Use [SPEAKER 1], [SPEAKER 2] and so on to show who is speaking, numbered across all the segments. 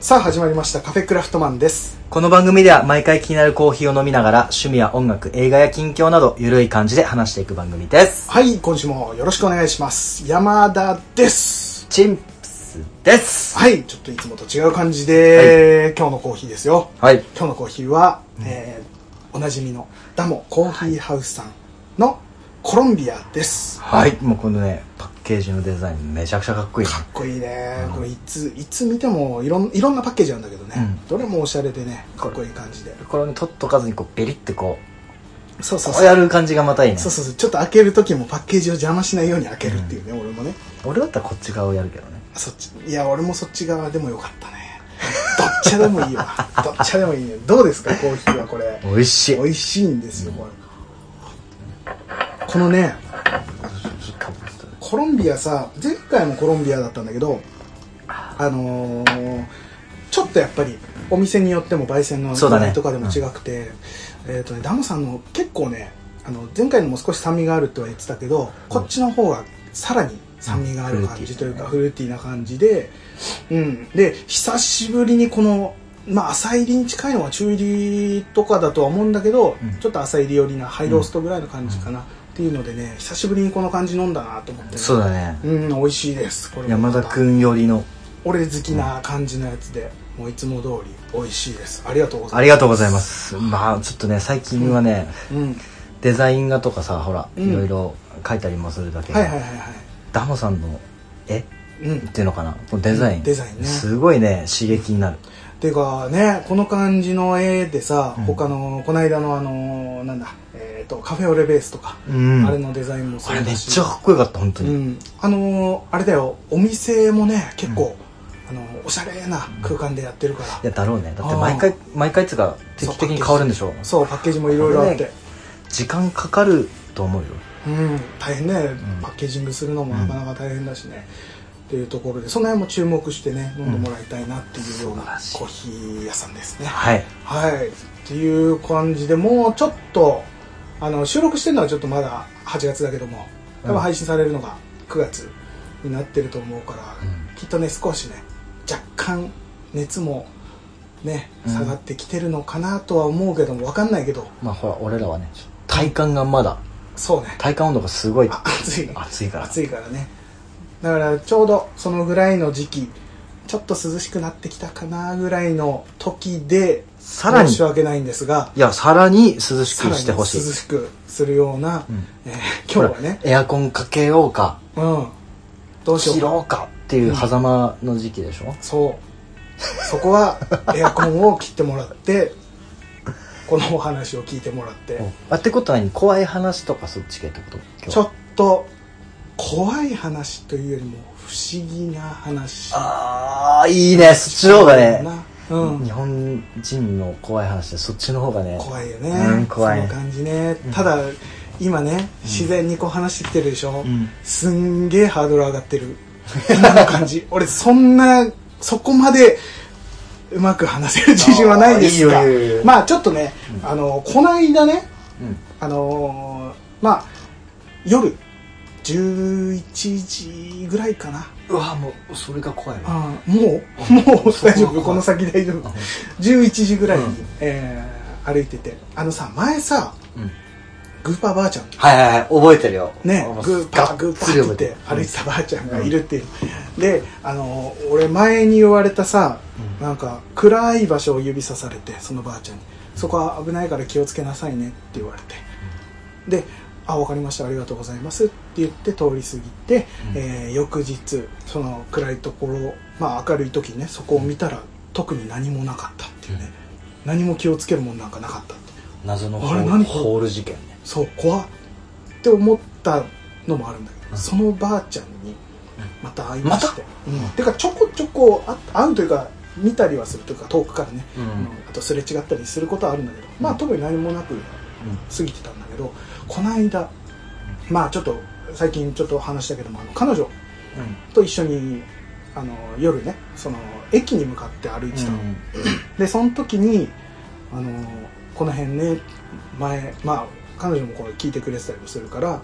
[SPEAKER 1] さあ始まりましたカフェクラフトマンです
[SPEAKER 2] この番組では毎回気になるコーヒーを飲みながら趣味や音楽、映画や近況などゆるい感じで話していく番組です。
[SPEAKER 1] はい今週もよろしくお願いします山田です
[SPEAKER 2] チンプスです。
[SPEAKER 1] はいちょっといつもと違う感じで、今日のコーヒーですよ
[SPEAKER 2] はい。
[SPEAKER 1] 今日のコーヒーは、えーおなじみのダモコーヒーハウスさんのコロンビアです、
[SPEAKER 2] はい。もうこのね、パッケージのデザインめちゃくちゃかっこいいね。
[SPEAKER 1] かっこいいね、これいついつ見てもいろんいろんなパッケージなんだけどね、
[SPEAKER 2] うん
[SPEAKER 1] どれもおしゃれでねかっこいい感じで
[SPEAKER 2] これをね、取っとかずにこう、ベリってこ
[SPEAKER 1] そう
[SPEAKER 2] う、
[SPEAKER 1] そう
[SPEAKER 2] こ
[SPEAKER 1] そうう
[SPEAKER 2] やる感じがまたいいね。
[SPEAKER 1] そうそうそうちょっと開ける時もパッケージを邪魔しないように開けるっていうね、俺もね
[SPEAKER 2] 俺だったらこっち側をやるけどね。
[SPEAKER 1] そっちいや俺もそっち側でもよかったねどっちでもいい わどっちでもいいねどうですかコーヒーはこれ
[SPEAKER 2] 美味しい。
[SPEAKER 1] 美味しいんですよこれこのねコロンビアさ前回もコロンビアだったんだけどあのーちょっとやっぱりお店によっても焙煎の
[SPEAKER 2] そうだね
[SPEAKER 1] とかでも違くて、えっ、とねダモさんの結構ねあの前回のも少し酸味があるとは言ってたけどこっちの方がさらに酸味がある感じというか、フルーティーな感じでうんで久しぶりにこのまあ浅入りに近いのは中入りとかだとは思うんだけど、
[SPEAKER 2] うん
[SPEAKER 1] ちょっと浅入り寄りなハイローストぐらいの感じかな、っていうのでね久しぶりにこの感じ飲んだなと思ってね、
[SPEAKER 2] そうだね。
[SPEAKER 1] うん美味しいですこれも
[SPEAKER 2] 山田くんよりの、
[SPEAKER 1] 俺好きな感じのやつで、もういつも通り美味しいですありがとうございます
[SPEAKER 2] ありがとうございます。まあ、ちょっとね、最近はね、
[SPEAKER 1] うん
[SPEAKER 2] デザイン画とかさ、ほら、
[SPEAKER 1] うん
[SPEAKER 2] いろいろ書いたりもするだけど
[SPEAKER 1] はいはいはいは
[SPEAKER 2] ダモさんの絵っ
[SPEAKER 1] いうん
[SPEAKER 2] ていうのかなこのデザイン
[SPEAKER 1] デザインね
[SPEAKER 2] すごいね刺激になる
[SPEAKER 1] てかねこの感じの絵でさ、
[SPEAKER 2] うん
[SPEAKER 1] 他のこの間のあのなんだえっ、とカフェオレベースとか、
[SPEAKER 2] うん
[SPEAKER 1] あれ
[SPEAKER 2] あ
[SPEAKER 1] のデザインもそう
[SPEAKER 2] れめ
[SPEAKER 1] だ
[SPEAKER 2] っち
[SPEAKER 1] し
[SPEAKER 2] ゃかっこよかった本当
[SPEAKER 1] う
[SPEAKER 2] に
[SPEAKER 1] んあのーあれだよお店もね結構、あのおしゃれな空間でやってるから、
[SPEAKER 2] いやだろうねだって毎回毎回っつうか定期的に変わるんでしょ
[SPEAKER 1] そうパッケージもいろいろあって、
[SPEAKER 2] 時間かかると思うよ
[SPEAKER 1] うん、大変ね、
[SPEAKER 2] ん
[SPEAKER 1] パッケージングするのもなかなか大変だしね、っていうところでその辺も注目してね飲んでもらいたいなっていうような
[SPEAKER 2] 素晴らし
[SPEAKER 1] コ
[SPEAKER 2] い
[SPEAKER 1] ーヒー屋さんですね、
[SPEAKER 2] はい
[SPEAKER 1] はいっていう感じでもうちょっとあの収録してるのはちょっとまだ8月だけども多
[SPEAKER 2] う
[SPEAKER 1] 分
[SPEAKER 2] ん
[SPEAKER 1] 配信されるのが9月になってると思うから、
[SPEAKER 2] うん
[SPEAKER 1] きっとね少しね若干熱もね
[SPEAKER 2] うん
[SPEAKER 1] 下がってきてるのかなとは思うけども分かんないけど
[SPEAKER 2] まあほら俺らはねちょっと体感がまだ
[SPEAKER 1] そうね
[SPEAKER 2] 体感温度がすごい
[SPEAKER 1] あ暑いの
[SPEAKER 2] 暑いから
[SPEAKER 1] 暑いからねだからちょうどそのぐらいの時期ちょっと涼しくなってきたかなぐらいの時で
[SPEAKER 2] さらに
[SPEAKER 1] 申し訳ないんですが
[SPEAKER 2] いやさらに涼し
[SPEAKER 1] さ
[SPEAKER 2] く
[SPEAKER 1] ら
[SPEAKER 2] してほしい
[SPEAKER 1] に涼しくするような、
[SPEAKER 2] うん
[SPEAKER 1] えー今日はね
[SPEAKER 2] ほらエアコンかけようか
[SPEAKER 1] うんどうし
[SPEAKER 2] 切
[SPEAKER 1] よう
[SPEAKER 2] ろうかっていう狭間の時期でしょ
[SPEAKER 1] そうそこ はエアコンを切ってもらってこのお話を聞いてもらって
[SPEAKER 2] あってことは何怖い話とかそっち系ってこと今日
[SPEAKER 1] ちょっと怖い話というよりも不思議な話
[SPEAKER 2] ああ、いいね。そっちの方がね、
[SPEAKER 1] なうん、
[SPEAKER 2] 日本人の怖い話で、そっちの方がね、
[SPEAKER 1] 怖いよね、
[SPEAKER 2] うん怖い
[SPEAKER 1] その感じね
[SPEAKER 2] うん
[SPEAKER 1] ただ今ね自然にこう話してきてるでしょ、
[SPEAKER 2] うん
[SPEAKER 1] すんげえハードル上がってる今の感じ 俺そんなそこまでうまく話せる自信はないですが
[SPEAKER 2] あーいいよいいよいいよ
[SPEAKER 1] まあちょっとね、あのこないだね
[SPEAKER 2] うん
[SPEAKER 1] あのーまあ夜11時ぐらいかな、
[SPEAKER 2] うわ、もう、それが怖いわ。
[SPEAKER 1] あーもうもう
[SPEAKER 2] そこは
[SPEAKER 1] 大丈夫この先大丈夫
[SPEAKER 2] あ
[SPEAKER 1] 11時ぐらいに、
[SPEAKER 2] うん
[SPEAKER 1] えー歩いててあのさ前さ
[SPEAKER 2] うん
[SPEAKER 1] グーパーばあちゃん
[SPEAKER 2] はいはいはい、覚えてるよ。
[SPEAKER 1] ね
[SPEAKER 2] もう
[SPEAKER 1] グーパ
[SPEAKER 2] が
[SPEAKER 1] ーグーパ
[SPEAKER 2] つり
[SPEAKER 1] ー
[SPEAKER 2] 覚
[SPEAKER 1] っ
[SPEAKER 2] えて
[SPEAKER 1] て
[SPEAKER 2] る
[SPEAKER 1] 歩いてたばあちゃんがいるっていう、であの俺前に言われたさ、
[SPEAKER 2] うん
[SPEAKER 1] なんか暗い場所を指さされてそのばあちゃんに「そこは危ないから気をつけなさいね」って言われて、で「あ分かりましたありがとうございます」って言って通り過ぎて、
[SPEAKER 2] うん
[SPEAKER 1] えー翌日その暗いところまあ明るい時にねそこを見たら特に何もなかったっていうね、何も気をつけるもんなんかなかったって
[SPEAKER 2] 謎の
[SPEAKER 1] あれ何これ
[SPEAKER 2] ホール事件ね。
[SPEAKER 1] そう怖っって思ったのもあるんだけど、
[SPEAKER 2] うん
[SPEAKER 1] そのばあちゃんにまた会いまして、
[SPEAKER 2] また
[SPEAKER 1] うんてかちょこちょこあ会うというか見たりはするというか遠くからね、
[SPEAKER 2] うん
[SPEAKER 1] あのあとすれ違ったりすることはあるんだけど、まあ特に何もなく過ぎてたんだけどこの間まあちょっと最近ちょっと話したけどもあの彼女と一緒にあの夜ねその駅に向かって歩いてたの、でその時に「あのこの辺ね前まあ彼女もこれ聞いてくれてたりもするから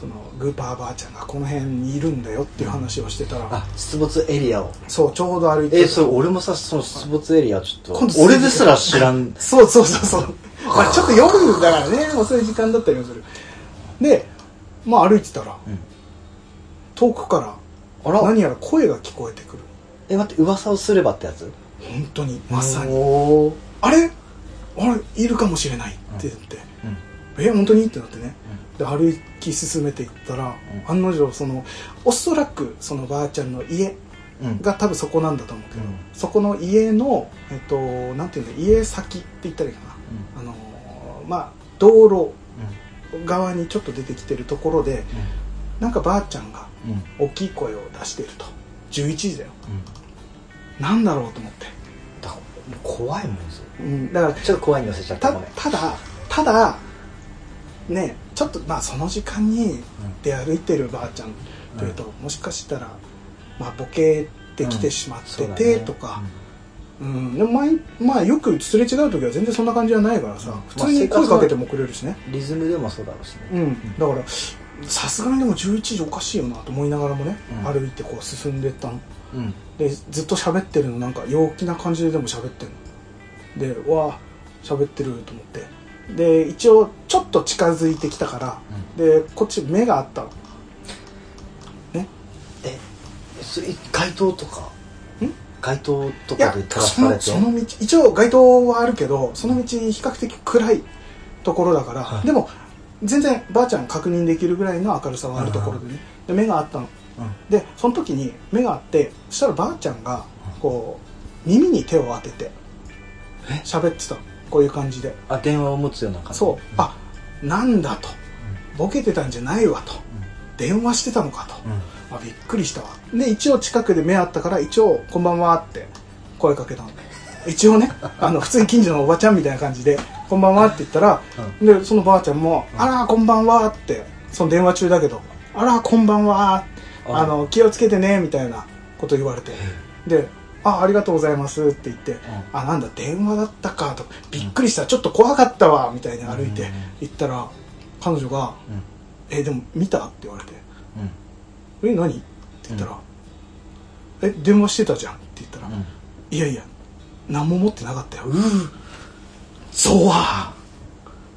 [SPEAKER 1] そのグーパーばあちゃんがこの辺にいるんだよっていう話をしてたら、
[SPEAKER 2] あ出没エリアを
[SPEAKER 1] そうちょうど歩いて
[SPEAKER 2] えそれ俺もさその出没エリアちょっ
[SPEAKER 1] 今度
[SPEAKER 2] と俺ですら知らん
[SPEAKER 1] そうそうそうそう。まあちょっと夜だからね、遅い時間だったりもする。で、まあ歩いてたら、
[SPEAKER 2] うん
[SPEAKER 1] 遠くから
[SPEAKER 2] あら
[SPEAKER 1] 何やら声が聞こえてくる。
[SPEAKER 2] え待って噂をすればってやつ
[SPEAKER 1] 本当に、まさに。
[SPEAKER 2] おー
[SPEAKER 1] あれあれいるかもしれないって言って、
[SPEAKER 2] うん
[SPEAKER 1] え、本当にってなってね。で、歩き進めていったら、
[SPEAKER 2] うん
[SPEAKER 1] 案の定、その、おそらくそのばあちゃんの家
[SPEAKER 2] うん
[SPEAKER 1] が多分そこなんだと思うけど、
[SPEAKER 2] うん
[SPEAKER 1] そこの家の、えっと、なんていうんだ、家先って言ったらいいかな。あのーまあ道路側にちょっと出てきてるところでなんかばあちゃんが
[SPEAKER 2] うんう
[SPEAKER 1] 大
[SPEAKER 2] ん
[SPEAKER 1] きい声を出していると11時だよ
[SPEAKER 2] うん
[SPEAKER 1] なんだろうと思って、
[SPEAKER 2] だから怖いもんそれ
[SPEAKER 1] うん、だから
[SPEAKER 2] ちょっと怖いに寄せちゃったたごめん
[SPEAKER 1] ただただねちょっとまあその時間に出歩いてるばあちゃんというと、もしかしたら、まあ、ボケてきてしまっててとか、うん、でも前まあよくすれ違う時は全然そんな感じじゃないからさ、
[SPEAKER 2] うん
[SPEAKER 1] 普通に声かけてもくれるしね、
[SPEAKER 2] リズムでもそうだろうしね
[SPEAKER 1] うん、だからさすがにでも11時おかしいよなと思いながらもね、
[SPEAKER 2] うん
[SPEAKER 1] 歩いてこう進んでったの
[SPEAKER 2] うん
[SPEAKER 1] でずっと喋ってるのなんか陽気な感じででも喋ってるのでうわ喋ってると思ってで一応ちょっと近づいてきたから、でこっち目があったの
[SPEAKER 2] えそれ街灯とか
[SPEAKER 1] ん
[SPEAKER 2] 街灯と
[SPEAKER 1] いや
[SPEAKER 2] かで照ら
[SPEAKER 1] そ
[SPEAKER 2] され
[SPEAKER 1] の
[SPEAKER 2] て
[SPEAKER 1] その道一応街灯はあるけどその道比較的暗いところだから、
[SPEAKER 2] はい
[SPEAKER 1] でも全然ばあちゃん確認できるぐらいの明るさはあるところでね、で目があったの
[SPEAKER 2] うん
[SPEAKER 1] でその時に目があってそしたらばあちゃんがこう耳に手を当てて
[SPEAKER 2] え
[SPEAKER 1] 喋ってたのこういう感じで
[SPEAKER 2] あ電話を持つような感じ
[SPEAKER 1] そうあなんだとボケてたんじゃないわと電話してたのかと
[SPEAKER 2] うんうん
[SPEAKER 1] あびっくりしたわで一応近くで目あったから一応「こんばんは」って声かけたの一応ね あの普通に近所のおばちゃんみたいな感じで「こんばんは」って言ったら、でそのばあちゃんも「あらこんばんは」ってその電話中だけど「あらこんばんは」
[SPEAKER 2] あ
[SPEAKER 1] あの気をつけてねみたいなこと言われてで「あありがとうございます」って言って「あなんだ電話だったか」と「びっくりしたちょっと怖かったわ」みたいに歩い
[SPEAKER 2] うん
[SPEAKER 1] て
[SPEAKER 2] うんうん
[SPEAKER 1] 行ったら彼女が
[SPEAKER 2] う
[SPEAKER 1] 「
[SPEAKER 2] ん
[SPEAKER 1] えでも見た?」って言われて
[SPEAKER 2] うん
[SPEAKER 1] 「え何?」って言ったら「え電話してたじゃん」って言ったら「
[SPEAKER 2] うん
[SPEAKER 1] いやいや何も持ってなかったよううそうわ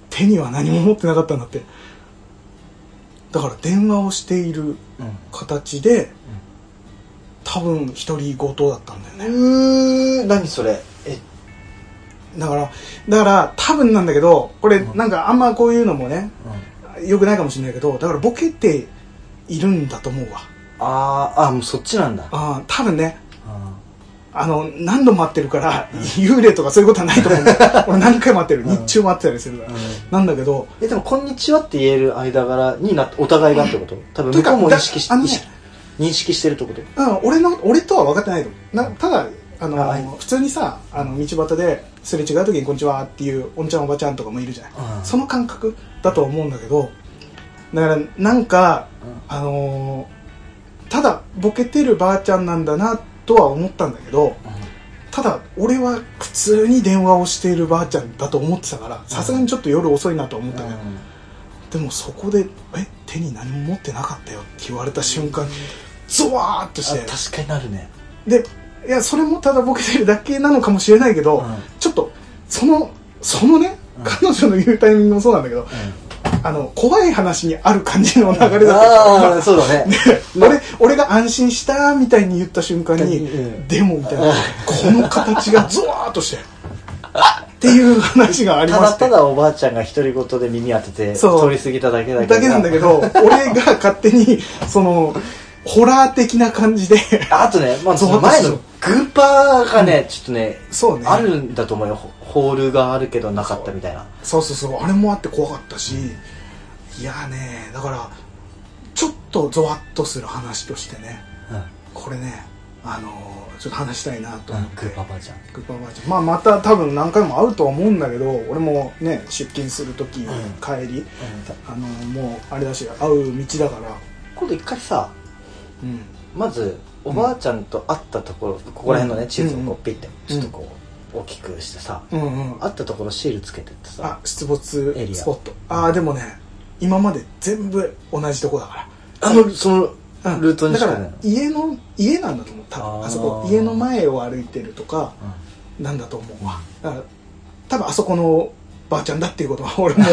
[SPEAKER 1] 手には何も持ってなかったんだってだから電話をしている
[SPEAKER 2] うん
[SPEAKER 1] 形で多分一人強盗だったんだよね
[SPEAKER 2] うー何それえ
[SPEAKER 1] だからだから多分なんだけどこれ
[SPEAKER 2] うん
[SPEAKER 1] なんかあんまこういうのもね
[SPEAKER 2] うん
[SPEAKER 1] 良くないかもしれないけどだからボケているんだと思うわ
[SPEAKER 2] あーあもうそっちなんだ
[SPEAKER 1] あー多分ね
[SPEAKER 2] あ
[SPEAKER 1] あの何度も会ってるから、幽霊とかそういうことはない と思うんだよ俺何回も会ってる
[SPEAKER 2] うん
[SPEAKER 1] 日中も会ってたりするから、
[SPEAKER 2] うん
[SPEAKER 1] なんだけど
[SPEAKER 2] ーえでも「こんにちは」って言える間柄になってお互いがってこと多分
[SPEAKER 1] という
[SPEAKER 2] 向
[SPEAKER 1] か
[SPEAKER 2] こうも意識し
[SPEAKER 1] だあのね
[SPEAKER 2] 意識認識してるってこと
[SPEAKER 1] うん、俺の俺とは分かってないと思うなただあの
[SPEAKER 2] あはい
[SPEAKER 1] 普通にさあの道端ですれ違う時に「こんにちは」っていうおんちゃんおばちゃんとかもいるじゃない、
[SPEAKER 2] うん
[SPEAKER 1] その感覚だと思うんだけどだからなんか、あのーただボケてるばあちゃんなんだなとは思ったんだけどただ俺は普通に電話をしているばあちゃんだと思ってたからさすがにちょっと夜遅いなとは思ったけど、でもそこで「え手に何も持ってなかったよ」って言われた瞬間にゾワーッとして
[SPEAKER 2] あ確かになるね
[SPEAKER 1] でいやそれもただボケてるだけなのかもしれないけど、
[SPEAKER 2] うん
[SPEAKER 1] ちょっとそのそのね、
[SPEAKER 2] うん
[SPEAKER 1] 彼女の言うタイミングもそうなんだけど、あの怖い話にある感じの流れだった
[SPEAKER 2] ああそうだね
[SPEAKER 1] 俺俺が安心したみたいに言った瞬間に、
[SPEAKER 2] うん
[SPEAKER 1] でもみたいなこの形がゾワーッとしてっていう話 があり
[SPEAKER 2] た
[SPEAKER 1] ま
[SPEAKER 2] だ
[SPEAKER 1] して
[SPEAKER 2] ただおばあちゃんが独り言で耳当てて
[SPEAKER 1] そう
[SPEAKER 2] 通り過ぎただけだけど
[SPEAKER 1] だけなんだけど俺が勝手にそのホラー的な感じで
[SPEAKER 2] あとね、まあ、
[SPEAKER 1] ゾ
[SPEAKER 2] そ
[SPEAKER 1] ワッ
[SPEAKER 2] の
[SPEAKER 1] とす
[SPEAKER 2] 前
[SPEAKER 1] る
[SPEAKER 2] のグーパーがね、ちょっとね、
[SPEAKER 1] そうね
[SPEAKER 2] あるんだと思うよ。ホホールがあるけどなかったみたいな。
[SPEAKER 1] そうそうそうあれもあって怖かったしいやーねだからちょっとゾワッとする話としてねこれねあのーちょっと話したいなと
[SPEAKER 2] うん
[SPEAKER 1] 思って、
[SPEAKER 2] グーパーばあちゃん。
[SPEAKER 1] グッバイバイちゃんまあまた多分何回も会うとは思うんだけど俺もね出勤する時、
[SPEAKER 2] う
[SPEAKER 1] 帰りあのーもうあれだし会う道だから
[SPEAKER 2] 今度一回さ、
[SPEAKER 1] うん
[SPEAKER 2] まず、おばあちゃんと会ったところ、ここら辺のね、地図
[SPEAKER 1] う
[SPEAKER 2] を
[SPEAKER 1] んう
[SPEAKER 2] こ
[SPEAKER 1] ん
[SPEAKER 2] うピッて、ちょっとこう、大きくしてさ、
[SPEAKER 1] うんうん
[SPEAKER 2] 会ったところシールつけてってさ
[SPEAKER 1] あ、出没
[SPEAKER 2] エリア
[SPEAKER 1] スポットああでもね今まで全部同じとこだから
[SPEAKER 2] あのそ
[SPEAKER 1] う
[SPEAKER 2] の
[SPEAKER 1] ん
[SPEAKER 2] ルートにしか
[SPEAKER 1] だ
[SPEAKER 2] な
[SPEAKER 1] か
[SPEAKER 2] い
[SPEAKER 1] ら家の家なんだと思う多分
[SPEAKER 2] あー
[SPEAKER 1] あそこ家の前を歩いてるとかなんだと思うわだから多分あそこのばあちゃんだっていうことは俺も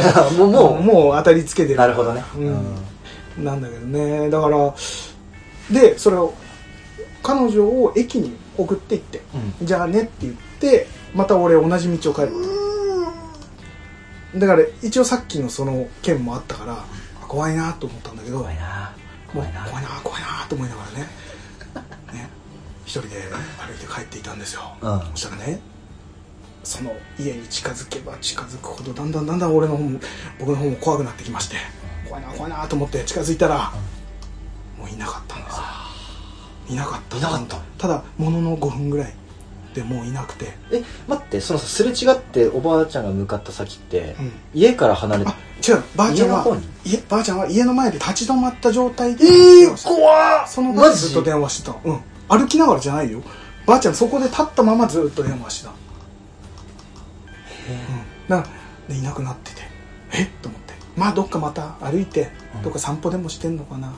[SPEAKER 2] もうもう
[SPEAKER 1] もう当たりつけて
[SPEAKER 2] うん
[SPEAKER 1] る
[SPEAKER 2] なるほどね、
[SPEAKER 1] う
[SPEAKER 2] うん
[SPEAKER 1] んなんだけどねだからでそれを彼女を駅に送っていってじゃあねって言ってまた俺同じ道を帰っただから一応さっきのその件もあったからあ怖いなと思ったんだけど
[SPEAKER 2] 怖いな
[SPEAKER 1] もう
[SPEAKER 2] 怖いな
[SPEAKER 1] 怖いな怖いなと思いながらねね一人で歩いて帰っていたんですよ、
[SPEAKER 2] うん
[SPEAKER 1] そしたらねその家に近づけば近づくほどだんだんだんだん俺の方も僕の方も怖くなってきまして怖いな怖いなと思って近づいたら、もういなかったんですよいなかった
[SPEAKER 2] いなかった
[SPEAKER 1] ただものの5分ぐらいでもういなくて
[SPEAKER 2] え待ってそのさすれ違っておばあちゃんが向かった先って、
[SPEAKER 1] うん
[SPEAKER 2] 家から離れて
[SPEAKER 1] あ違うばあちゃんは
[SPEAKER 2] 家の方に
[SPEAKER 1] 家ばあちゃんは家の前で立ち止まった状態で
[SPEAKER 2] 怖っ
[SPEAKER 1] その場
[SPEAKER 2] マ
[SPEAKER 1] で
[SPEAKER 2] ジ
[SPEAKER 1] ずっと電話してたうん歩きながらじゃないよばあちゃんそこで立ったままずっと電話してただからでいなくなっててえっと思ってまあどっかまた歩いて
[SPEAKER 2] うん
[SPEAKER 1] どっか散歩でもしてんのかな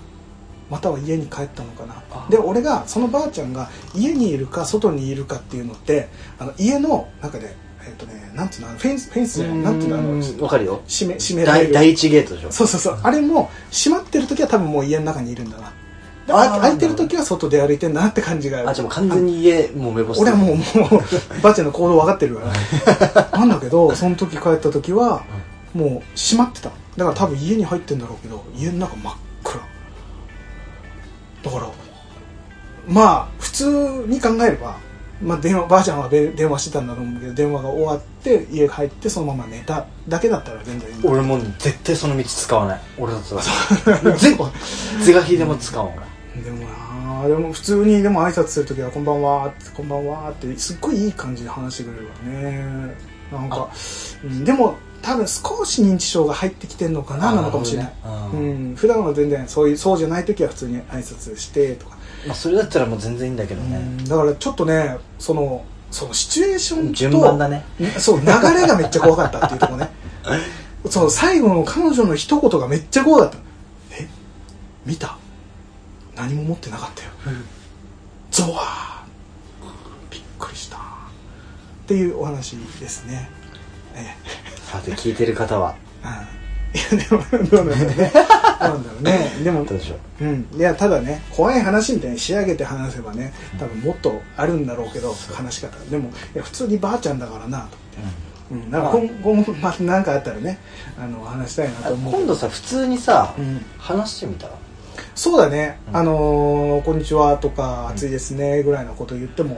[SPEAKER 1] または家に帰ったのかな
[SPEAKER 2] あ
[SPEAKER 1] で俺がそのばあちゃんが家にいるか外にいるかっていうのってあの家の中でえっ、とねなんつうのあのフェンスフェンスじゃないなんていうのあの
[SPEAKER 2] わかるよ
[SPEAKER 1] 閉め閉められ
[SPEAKER 2] 第
[SPEAKER 1] る
[SPEAKER 2] 第一ゲートでしょ
[SPEAKER 1] そうそうそうあれも閉まってる時は多分もう家の中にいるんだなで
[SPEAKER 2] あー
[SPEAKER 1] あ開いてる時は外で歩いてんだなって感じが
[SPEAKER 2] あじゃあもう完全に家もう目星
[SPEAKER 1] 俺はもうもうバチェの行動分かってるからなんだけどその時帰った時はもう閉まってただから多分家に入ってんだろうけど家の中真っ暗だからまあ普通に考えれば、まあ、電話ばあちゃんはべ電話してたんだろうけど電話が終わって家入ってそのまま寝ただけだったら全然いいんだ
[SPEAKER 2] 俺もう絶対その道使わない俺だと絶是が非でも使わない
[SPEAKER 1] でもなあでも普通にでも挨拶するときは「こんばんは」って「こんばんは」ってすっごいいい感じで話してくれるからねなんかうんでも多分少し認知症が入ってきてんのかななのかもしれない、
[SPEAKER 2] あー
[SPEAKER 1] う
[SPEAKER 2] うん
[SPEAKER 1] ん、普段は全然そういうそうじゃない時は普通に挨拶してとか、
[SPEAKER 2] まあ、それだったらもう全然いいんだけど
[SPEAKER 1] う
[SPEAKER 2] ね、
[SPEAKER 1] ん、だからちょっとねそのそのシチュエーションと
[SPEAKER 2] 順番だね
[SPEAKER 1] そう流れがめっちゃ怖かったっていうとこ ねそう最後の彼女の一言がめっちゃ怖かったえ見た何も持ってなかったよゾワーびっくりしたっていうお話ですねえ
[SPEAKER 2] さて聞いてる方は
[SPEAKER 1] えうんいやでもどうなんだろう ねどうなんだろうねでも
[SPEAKER 2] どうでしょう
[SPEAKER 1] うん、いやただね怖い話みたいに仕上げて話せばね多分もっとあるんだろうけど話し方でもいや普通にばあちゃんだからなと思って、うん、なんか今今後また何かあったらねあの話したいな
[SPEAKER 2] あ
[SPEAKER 1] と思うけど
[SPEAKER 2] 今度さ普通にさ、
[SPEAKER 1] うん
[SPEAKER 2] 話してみたら
[SPEAKER 1] そうだね「
[SPEAKER 2] うん
[SPEAKER 1] あのーこんにちは」とか「暑いですね」ぐらいのこと言っても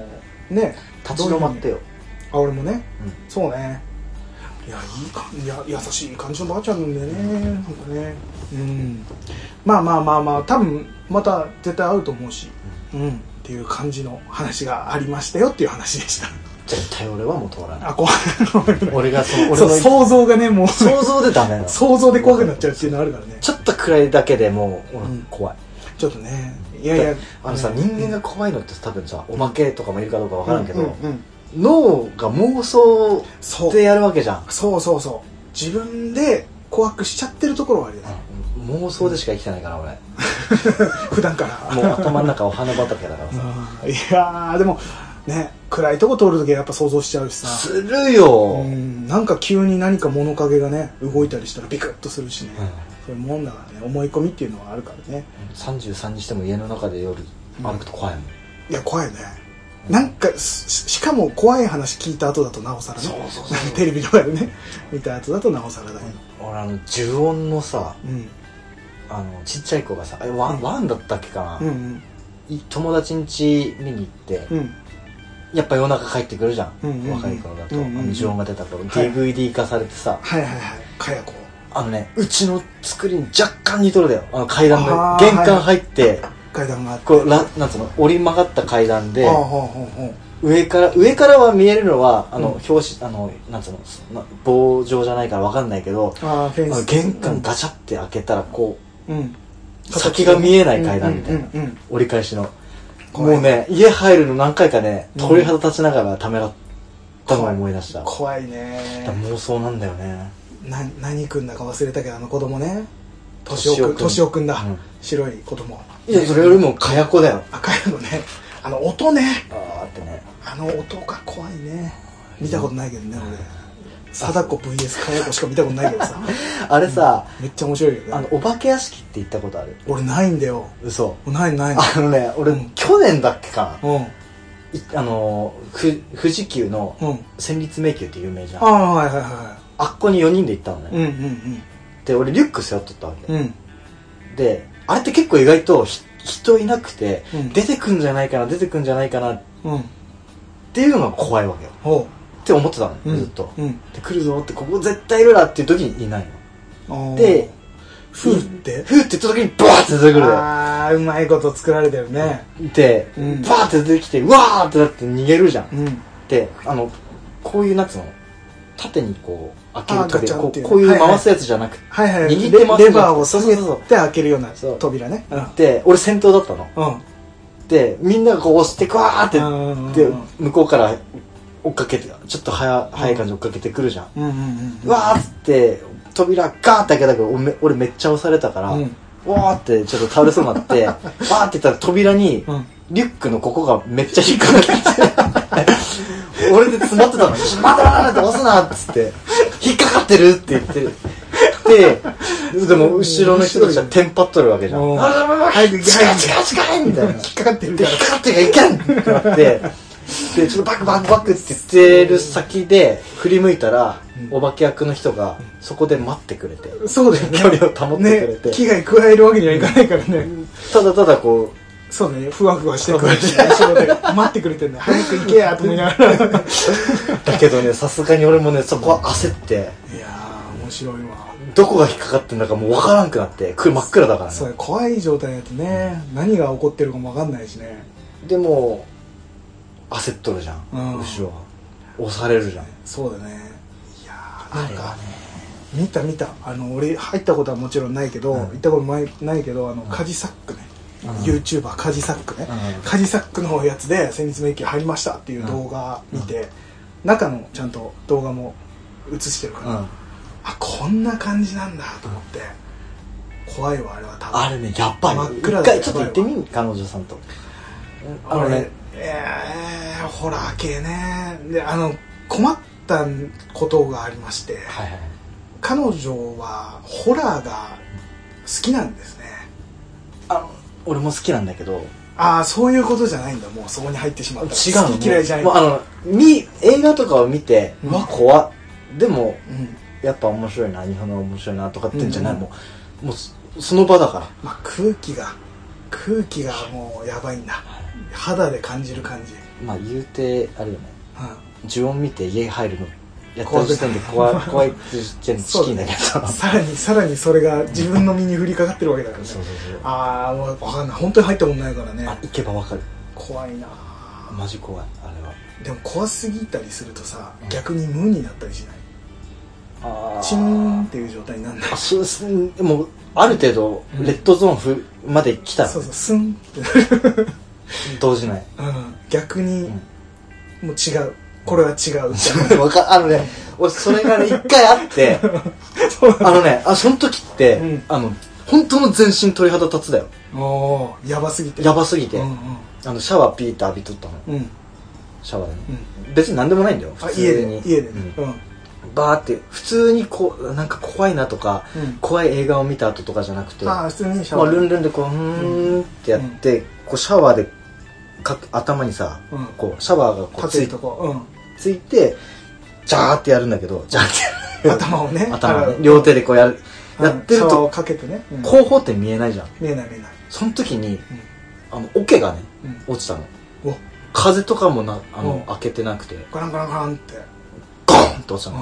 [SPEAKER 1] ね
[SPEAKER 2] 立ち止まって
[SPEAKER 1] よ
[SPEAKER 2] よ、
[SPEAKER 1] あ俺もね
[SPEAKER 2] うん
[SPEAKER 1] そうねいやいいかいや優しい感じのばあちゃんなんでねなんかねうんまあまあまあまあ多分また絶対会うと思うしうんっていう感じの話がありましたよっていう話でした
[SPEAKER 2] 絶対俺はもう通らない
[SPEAKER 1] あ怖い
[SPEAKER 2] 俺がその俺
[SPEAKER 1] そ
[SPEAKER 2] の
[SPEAKER 1] う 想像がねもう
[SPEAKER 2] 想像でダメなのち
[SPEAKER 1] 想像で怖くなっちゃうっていうのあるからね
[SPEAKER 2] ょっと暗いだけでもう、俺
[SPEAKER 1] うん
[SPEAKER 2] 怖い
[SPEAKER 1] ちょっとねいやいや
[SPEAKER 2] あのさ、人間が怖いのって多分さおまけとかもいるかどうかわ
[SPEAKER 1] 分
[SPEAKER 2] からんけど、
[SPEAKER 1] うんうんうん
[SPEAKER 2] 脳が妄想
[SPEAKER 1] そう
[SPEAKER 2] でやるわけじゃん、
[SPEAKER 1] そうそうそう自分で怖くしちゃってるところはあ るよね
[SPEAKER 2] 妄想でしか生きてないから俺
[SPEAKER 1] 普段から
[SPEAKER 2] もう頭の中お花畑だからさ
[SPEAKER 1] いやーでもね暗いとこ通るときはやっぱ想像しちゃうしさ
[SPEAKER 2] するよ、
[SPEAKER 1] うんなんか急に何か物陰がね動いたりしたらビクッとするしね、
[SPEAKER 2] うん
[SPEAKER 1] そういうもんだからね思い込みっていうのはあるからね
[SPEAKER 2] 33にしても家の中で夜歩くと怖いもん、
[SPEAKER 1] いや怖いよねなんかしししかも怖い話聞いた後だとなおさらね
[SPEAKER 2] そうそうそう
[SPEAKER 1] テレビとかでね見た後だとなおさらだけど
[SPEAKER 2] 俺あの呪音のさ
[SPEAKER 1] うん
[SPEAKER 2] あのちっちゃい子がさあれワン,、ワンだったっけかな、
[SPEAKER 1] うん
[SPEAKER 2] い友達ん家見に行って、
[SPEAKER 1] うんうん
[SPEAKER 2] やっぱ夜中帰ってくるじゃ
[SPEAKER 1] う
[SPEAKER 2] ん、
[SPEAKER 1] んうんうん
[SPEAKER 2] 若い頃だと、
[SPEAKER 1] うんうんうん
[SPEAKER 2] あの呪音が出た頃 DVD 化されてさ、
[SPEAKER 1] はいはいはいかやこ
[SPEAKER 2] あのねうちの作りに若干似とるだよあの階段
[SPEAKER 1] あ
[SPEAKER 2] の
[SPEAKER 1] ー
[SPEAKER 2] 玄関入って、
[SPEAKER 1] 階段があって
[SPEAKER 2] こうらなんつうの折り曲がった階段で
[SPEAKER 1] ああほうほうほう
[SPEAKER 2] 上から上からは見えるのはあの、
[SPEAKER 1] うん
[SPEAKER 2] 表紙あのなんつうのな棒状じゃないからわかんないけど
[SPEAKER 1] ああフ
[SPEAKER 2] あ
[SPEAKER 1] ェン
[SPEAKER 2] の
[SPEAKER 1] ス
[SPEAKER 2] 玄関ガチャって開けたらこ
[SPEAKER 1] うん
[SPEAKER 2] う先が見えない階段みたいな、
[SPEAKER 1] うんうんうん
[SPEAKER 2] 折り返しの
[SPEAKER 1] 怖い
[SPEAKER 2] もうね家入るの何回かね
[SPEAKER 1] うん
[SPEAKER 2] 鳥肌立ちながらためらったのを思い出した、
[SPEAKER 1] 怖い
[SPEAKER 2] だから
[SPEAKER 1] ね
[SPEAKER 2] 妄想なんだよね
[SPEAKER 1] な何くんだか忘れたけどあの子供ね年
[SPEAKER 2] 俊夫君
[SPEAKER 1] を年をくんだ、
[SPEAKER 2] うん
[SPEAKER 1] 白い子供
[SPEAKER 2] いやそれよりもかやこだよ
[SPEAKER 1] 赤いのねあの音ね
[SPEAKER 2] ああってね
[SPEAKER 1] あの音が怖いね見たことないけどね俺貞子 VS かやこしか見たことないけど さ
[SPEAKER 2] あれさ、
[SPEAKER 1] めっちゃ面白いよ
[SPEAKER 2] あ
[SPEAKER 1] ね
[SPEAKER 2] のお化け屋敷って行ったことある
[SPEAKER 1] 俺ないんだよ
[SPEAKER 2] 嘘
[SPEAKER 1] ないない
[SPEAKER 2] あのね俺、
[SPEAKER 1] うん
[SPEAKER 2] 去年だっけか
[SPEAKER 1] うん
[SPEAKER 2] ないあのーふ富士急の
[SPEAKER 1] うん
[SPEAKER 2] 戦慄迷宮って有名じゃ
[SPEAKER 1] あ
[SPEAKER 2] んあ
[SPEAKER 1] あはいはいは
[SPEAKER 2] っこに4人で行ったの
[SPEAKER 1] い
[SPEAKER 2] ね、
[SPEAKER 1] うんうん
[SPEAKER 2] で俺リュック背負っとったわけ、
[SPEAKER 1] うんうん
[SPEAKER 2] であれって結構意外とひ人いなくて、
[SPEAKER 1] うん
[SPEAKER 2] 出てくんじゃないかな出てくんじゃないかなっ
[SPEAKER 1] うん
[SPEAKER 2] ていうのが怖いわけよ
[SPEAKER 1] ほ
[SPEAKER 2] って思ってたの、
[SPEAKER 1] う、うん、
[SPEAKER 2] ずっと、
[SPEAKER 1] うん
[SPEAKER 2] で来るぞってここ絶対いるなっていう時にいないの
[SPEAKER 1] あー
[SPEAKER 2] で
[SPEAKER 1] ふうって
[SPEAKER 2] ふーって言った時にバーって出てくるのよ
[SPEAKER 1] ああうまいこと作られてるね
[SPEAKER 2] で、
[SPEAKER 1] うん
[SPEAKER 2] バーって出てきてうわーってなって逃げるじゃん、
[SPEAKER 1] うん
[SPEAKER 2] であのこういうなんつうの縦にこう開け
[SPEAKER 1] あ
[SPEAKER 2] る
[SPEAKER 1] ーガチ
[SPEAKER 2] 扉
[SPEAKER 1] ャン
[SPEAKER 2] こ
[SPEAKER 1] っていううね
[SPEAKER 2] こういう回すやつじゃなくて、
[SPEAKER 1] はいはい
[SPEAKER 2] 握ってます
[SPEAKER 1] レレ
[SPEAKER 2] ね
[SPEAKER 1] バーを下げ
[SPEAKER 2] そうそうそう
[SPEAKER 1] て開けるような
[SPEAKER 2] そう
[SPEAKER 1] 扉ねうん
[SPEAKER 2] で俺先頭だったの
[SPEAKER 1] うん
[SPEAKER 2] でみんながこう押してわーって、
[SPEAKER 1] うんうんうん
[SPEAKER 2] で向こうから追っかけてちょっと早早い感じで追っかけてくるじゃん、
[SPEAKER 1] うんうんうん
[SPEAKER 2] わーっつって扉ガーって開けたけどおめ俺めっちゃ押されたから、
[SPEAKER 1] うん
[SPEAKER 2] わーってちょっと倒れそうになっ てわーって言ったら扉に、
[SPEAKER 1] うん
[SPEAKER 2] リュックのここがめっちゃ引っ掛かって て俺で詰まってたのに「まだって押すな」っつって「引っかかってる」って言ってるででも後ろの人たちはテンパっとるわけじゃん「
[SPEAKER 1] うん
[SPEAKER 2] あー
[SPEAKER 1] 早く行け
[SPEAKER 2] 近
[SPEAKER 1] 早
[SPEAKER 2] い
[SPEAKER 1] く
[SPEAKER 2] 近い近い」みたいな
[SPEAKER 1] 引っかかってる
[SPEAKER 2] で
[SPEAKER 1] か
[SPEAKER 2] 引っかかってがいけんってなってでちょっとバックバックバックって言ってる先で振り向いたら、お化け役の人がそこで待ってくれて、
[SPEAKER 1] らそうだよね
[SPEAKER 2] 距離を保ってくれて、
[SPEAKER 1] ね危害加えるわけにはいかないからね
[SPEAKER 2] ただただこ
[SPEAKER 1] そうだねふわふわしてくれて 後ろで待ってくれてんだ早く行けやと思いながらいや
[SPEAKER 2] うだけどねさすがに俺もねそこは焦って
[SPEAKER 1] ー面白いわ
[SPEAKER 2] どこが引っかかってんだかもう分からんくなってく真っ暗だから
[SPEAKER 1] そ
[SPEAKER 2] ね
[SPEAKER 1] う怖い状態だとね何が起こってるかも分かんないしね
[SPEAKER 2] でも焦っとるじゃん、
[SPEAKER 1] うん
[SPEAKER 2] 後ろは押されるじゃん
[SPEAKER 1] そうだねいやー
[SPEAKER 2] あ
[SPEAKER 1] なん
[SPEAKER 2] れ
[SPEAKER 1] か
[SPEAKER 2] はね
[SPEAKER 1] 見た見たあの俺入ったことはもちろんないけど、
[SPEAKER 2] うん
[SPEAKER 1] 行ったこともないないけどあのカジサックね、
[SPEAKER 2] うん
[SPEAKER 1] YouTuber カジサックね、
[SPEAKER 2] うん
[SPEAKER 1] カジサックのやつで「先日の駅入りました」っていう動画見て、中のちゃんと動画も映してるから、
[SPEAKER 2] うん
[SPEAKER 1] あこんな感じなんだと思って、怖いわあれは多分
[SPEAKER 2] あれねやっばい
[SPEAKER 1] 真っ
[SPEAKER 2] 一
[SPEAKER 1] 暗だよ
[SPEAKER 2] 回ちょっと行ってみん彼女さんとあのね
[SPEAKER 1] えー、ホラー系ねであの困ったことがありまして、
[SPEAKER 2] はいはい
[SPEAKER 1] 彼女はホラーが好きなんですね
[SPEAKER 2] あの俺も好きなんだけど違う
[SPEAKER 1] ああそういうことじゃないんだもうそこに入ってしまった
[SPEAKER 2] の
[SPEAKER 1] 好き嫌いじゃない
[SPEAKER 2] もうあのみ映画とかを見て、う
[SPEAKER 1] うん
[SPEAKER 2] わ怖っでも
[SPEAKER 1] うん、
[SPEAKER 2] やっぱ面白いな日本の面白いなとかってんじゃない、
[SPEAKER 1] うん
[SPEAKER 2] もうもうそその場だから
[SPEAKER 1] まあ、空気が空気がもうやばいんだ肌で感じる感じ、
[SPEAKER 2] まあ言うてあれよね
[SPEAKER 1] う
[SPEAKER 2] 呪音見て家入るのやった時点で怖い怖いっていう時点でチキンだけど
[SPEAKER 1] ん、さらにさらにそれが自分の身に降りかかってるわけだからね
[SPEAKER 2] そうそうそう
[SPEAKER 1] ああもう分かんない本当に入ったことないから
[SPEAKER 2] あ
[SPEAKER 1] ね
[SPEAKER 2] 行けばわかる
[SPEAKER 1] 怖いな
[SPEAKER 2] マジ怖いあれは
[SPEAKER 1] でも怖すぎたりするとさ逆に無になったりしない
[SPEAKER 2] あ
[SPEAKER 1] チーンっていう状態になんない
[SPEAKER 2] あそうすんもうある程度レッドゾーンふまで来たら
[SPEAKER 1] そうそうスンってなる
[SPEAKER 2] 動じない
[SPEAKER 1] うん逆に、
[SPEAKER 2] うん
[SPEAKER 1] もう違うこれは違う
[SPEAKER 2] わかあのね俺それがね一回 あってあのねあその時って、
[SPEAKER 1] うん
[SPEAKER 2] あの本当の全身鳥肌立つだよ
[SPEAKER 1] おーやばすぎて
[SPEAKER 2] やばすぎて、
[SPEAKER 1] うん
[SPEAKER 2] あのシャワーピーって浴びとったの
[SPEAKER 1] うんうん
[SPEAKER 2] シャワーでね、
[SPEAKER 1] うん
[SPEAKER 2] 別に何でもないんだよ
[SPEAKER 1] あ
[SPEAKER 2] 普
[SPEAKER 1] 家
[SPEAKER 2] 通
[SPEAKER 1] で
[SPEAKER 2] に
[SPEAKER 1] 家で
[SPEAKER 2] うん
[SPEAKER 1] ねうん
[SPEAKER 2] バーって普通にこうなんか怖いなとか、
[SPEAKER 1] うん
[SPEAKER 2] 怖い映画を見た後とかじゃなくて
[SPEAKER 1] ああ普通にシャ
[SPEAKER 2] まあ、
[SPEAKER 1] ワー
[SPEAKER 2] ルンルンでこううーんってやって、こうシャワーでかく頭にさ、
[SPEAKER 1] うん
[SPEAKER 2] こうシャワーがこう
[SPEAKER 1] 立
[SPEAKER 2] つ
[SPEAKER 1] て
[SPEAKER 2] い
[SPEAKER 1] るとこ
[SPEAKER 2] ついてジャーってやるんだけどジャーって
[SPEAKER 1] うん
[SPEAKER 2] やる
[SPEAKER 1] 頭をね
[SPEAKER 2] 頭
[SPEAKER 1] 洗
[SPEAKER 2] をね
[SPEAKER 1] う
[SPEAKER 2] 両手でこうやる、
[SPEAKER 1] うん
[SPEAKER 2] やってる
[SPEAKER 1] シャワーを
[SPEAKER 2] と
[SPEAKER 1] かけてねうん
[SPEAKER 2] 後方って見えないじゃん
[SPEAKER 1] 見えない見えない
[SPEAKER 2] その時にあの桶がね
[SPEAKER 1] うん
[SPEAKER 2] 落ちたの
[SPEAKER 1] うんお
[SPEAKER 2] 風とかもなあの、
[SPEAKER 1] うん
[SPEAKER 2] 開けてなくて
[SPEAKER 1] ガランガランガランって
[SPEAKER 2] ゴーンって落ちたの、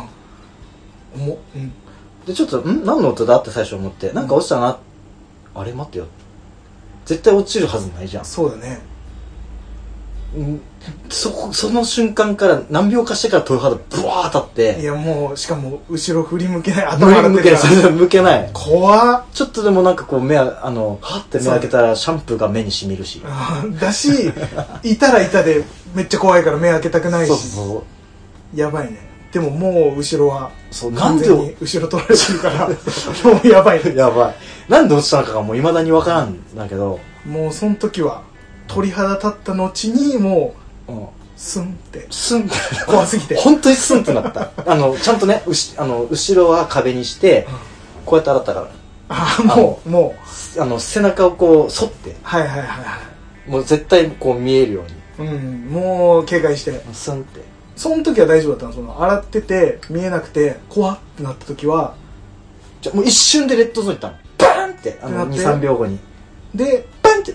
[SPEAKER 1] うん重っうん
[SPEAKER 2] でちょっとん何の音だって最初思ってなんか落ちたな、あれ待ってよ絶対落ちるはずないじゃん
[SPEAKER 1] そうだね
[SPEAKER 2] うんそこその瞬間から何秒かしてから鳥肌ブワー立って
[SPEAKER 1] いやもうしかも後ろ振り向けない頭
[SPEAKER 2] 向
[SPEAKER 1] 洗
[SPEAKER 2] け
[SPEAKER 1] っ
[SPEAKER 2] 向
[SPEAKER 1] て
[SPEAKER 2] け
[SPEAKER 1] る
[SPEAKER 2] ない
[SPEAKER 1] から
[SPEAKER 2] 向けない
[SPEAKER 1] 怖っ
[SPEAKER 2] ちょっとでもなんかこう目ああのはって目開けたらシャンプーが目にしみるし
[SPEAKER 1] うんだしいたらいたでめっちゃ怖いから目開けたくない
[SPEAKER 2] そう
[SPEAKER 1] し
[SPEAKER 2] そう
[SPEAKER 1] やばいねでももう後ろは
[SPEAKER 2] そう
[SPEAKER 1] 完全
[SPEAKER 2] なん
[SPEAKER 1] に
[SPEAKER 2] で
[SPEAKER 1] 後ろ取られてるから もうやばいね
[SPEAKER 2] やばい。なんで落ちたのかがもう未だにわからんんだけど、
[SPEAKER 1] もうその時は鳥肌立った後にも
[SPEAKER 2] うん。
[SPEAKER 1] うスンって
[SPEAKER 2] スンって。
[SPEAKER 1] 怖すぎて
[SPEAKER 2] 本当にスンってなった。あの、ちゃんとね、うしあの後ろは壁にして、こうやって洗ったから。
[SPEAKER 1] ああもうもう
[SPEAKER 2] あの、背中をこう、反って、
[SPEAKER 1] はいはいはいは
[SPEAKER 2] もう絶対こう見えるように。
[SPEAKER 1] いうんもう警戒して
[SPEAKER 2] スンって。
[SPEAKER 1] その時は大丈夫だったのその洗ってて見えなくて怖ってなった時は
[SPEAKER 2] じゃもう一瞬でレッドゾーン行ったの。バーンって、あの、
[SPEAKER 1] っ
[SPEAKER 2] 2、
[SPEAKER 1] て
[SPEAKER 2] 3秒後に。
[SPEAKER 1] で
[SPEAKER 2] バンって、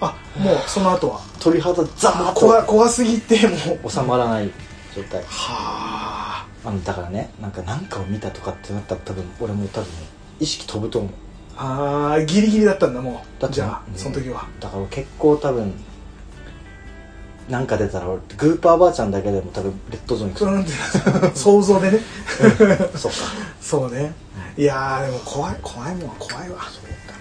[SPEAKER 1] あもうその後は
[SPEAKER 2] 鳥肌ザーッ
[SPEAKER 1] 怖
[SPEAKER 2] と
[SPEAKER 1] 怖すぎてもう
[SPEAKER 2] 収まらない状態。
[SPEAKER 1] はあ
[SPEAKER 2] あの、だからね、なんか、なんかを見たとかってなったら多分、俺も多分、意識飛ぶと思う。
[SPEAKER 1] あーギリギリだったんだも
[SPEAKER 2] だっ
[SPEAKER 1] う
[SPEAKER 2] て
[SPEAKER 1] じゃあ、
[SPEAKER 2] うん
[SPEAKER 1] その時は
[SPEAKER 2] だから俺結構多分、なんか出たら俺、グーパーばあちゃんだけでも多分、レッドゾーン行
[SPEAKER 1] そう
[SPEAKER 2] く。
[SPEAKER 1] なんていうの想像でね
[SPEAKER 2] そうか。
[SPEAKER 1] そうねいやーでも怖い怖いもんは怖いわやっ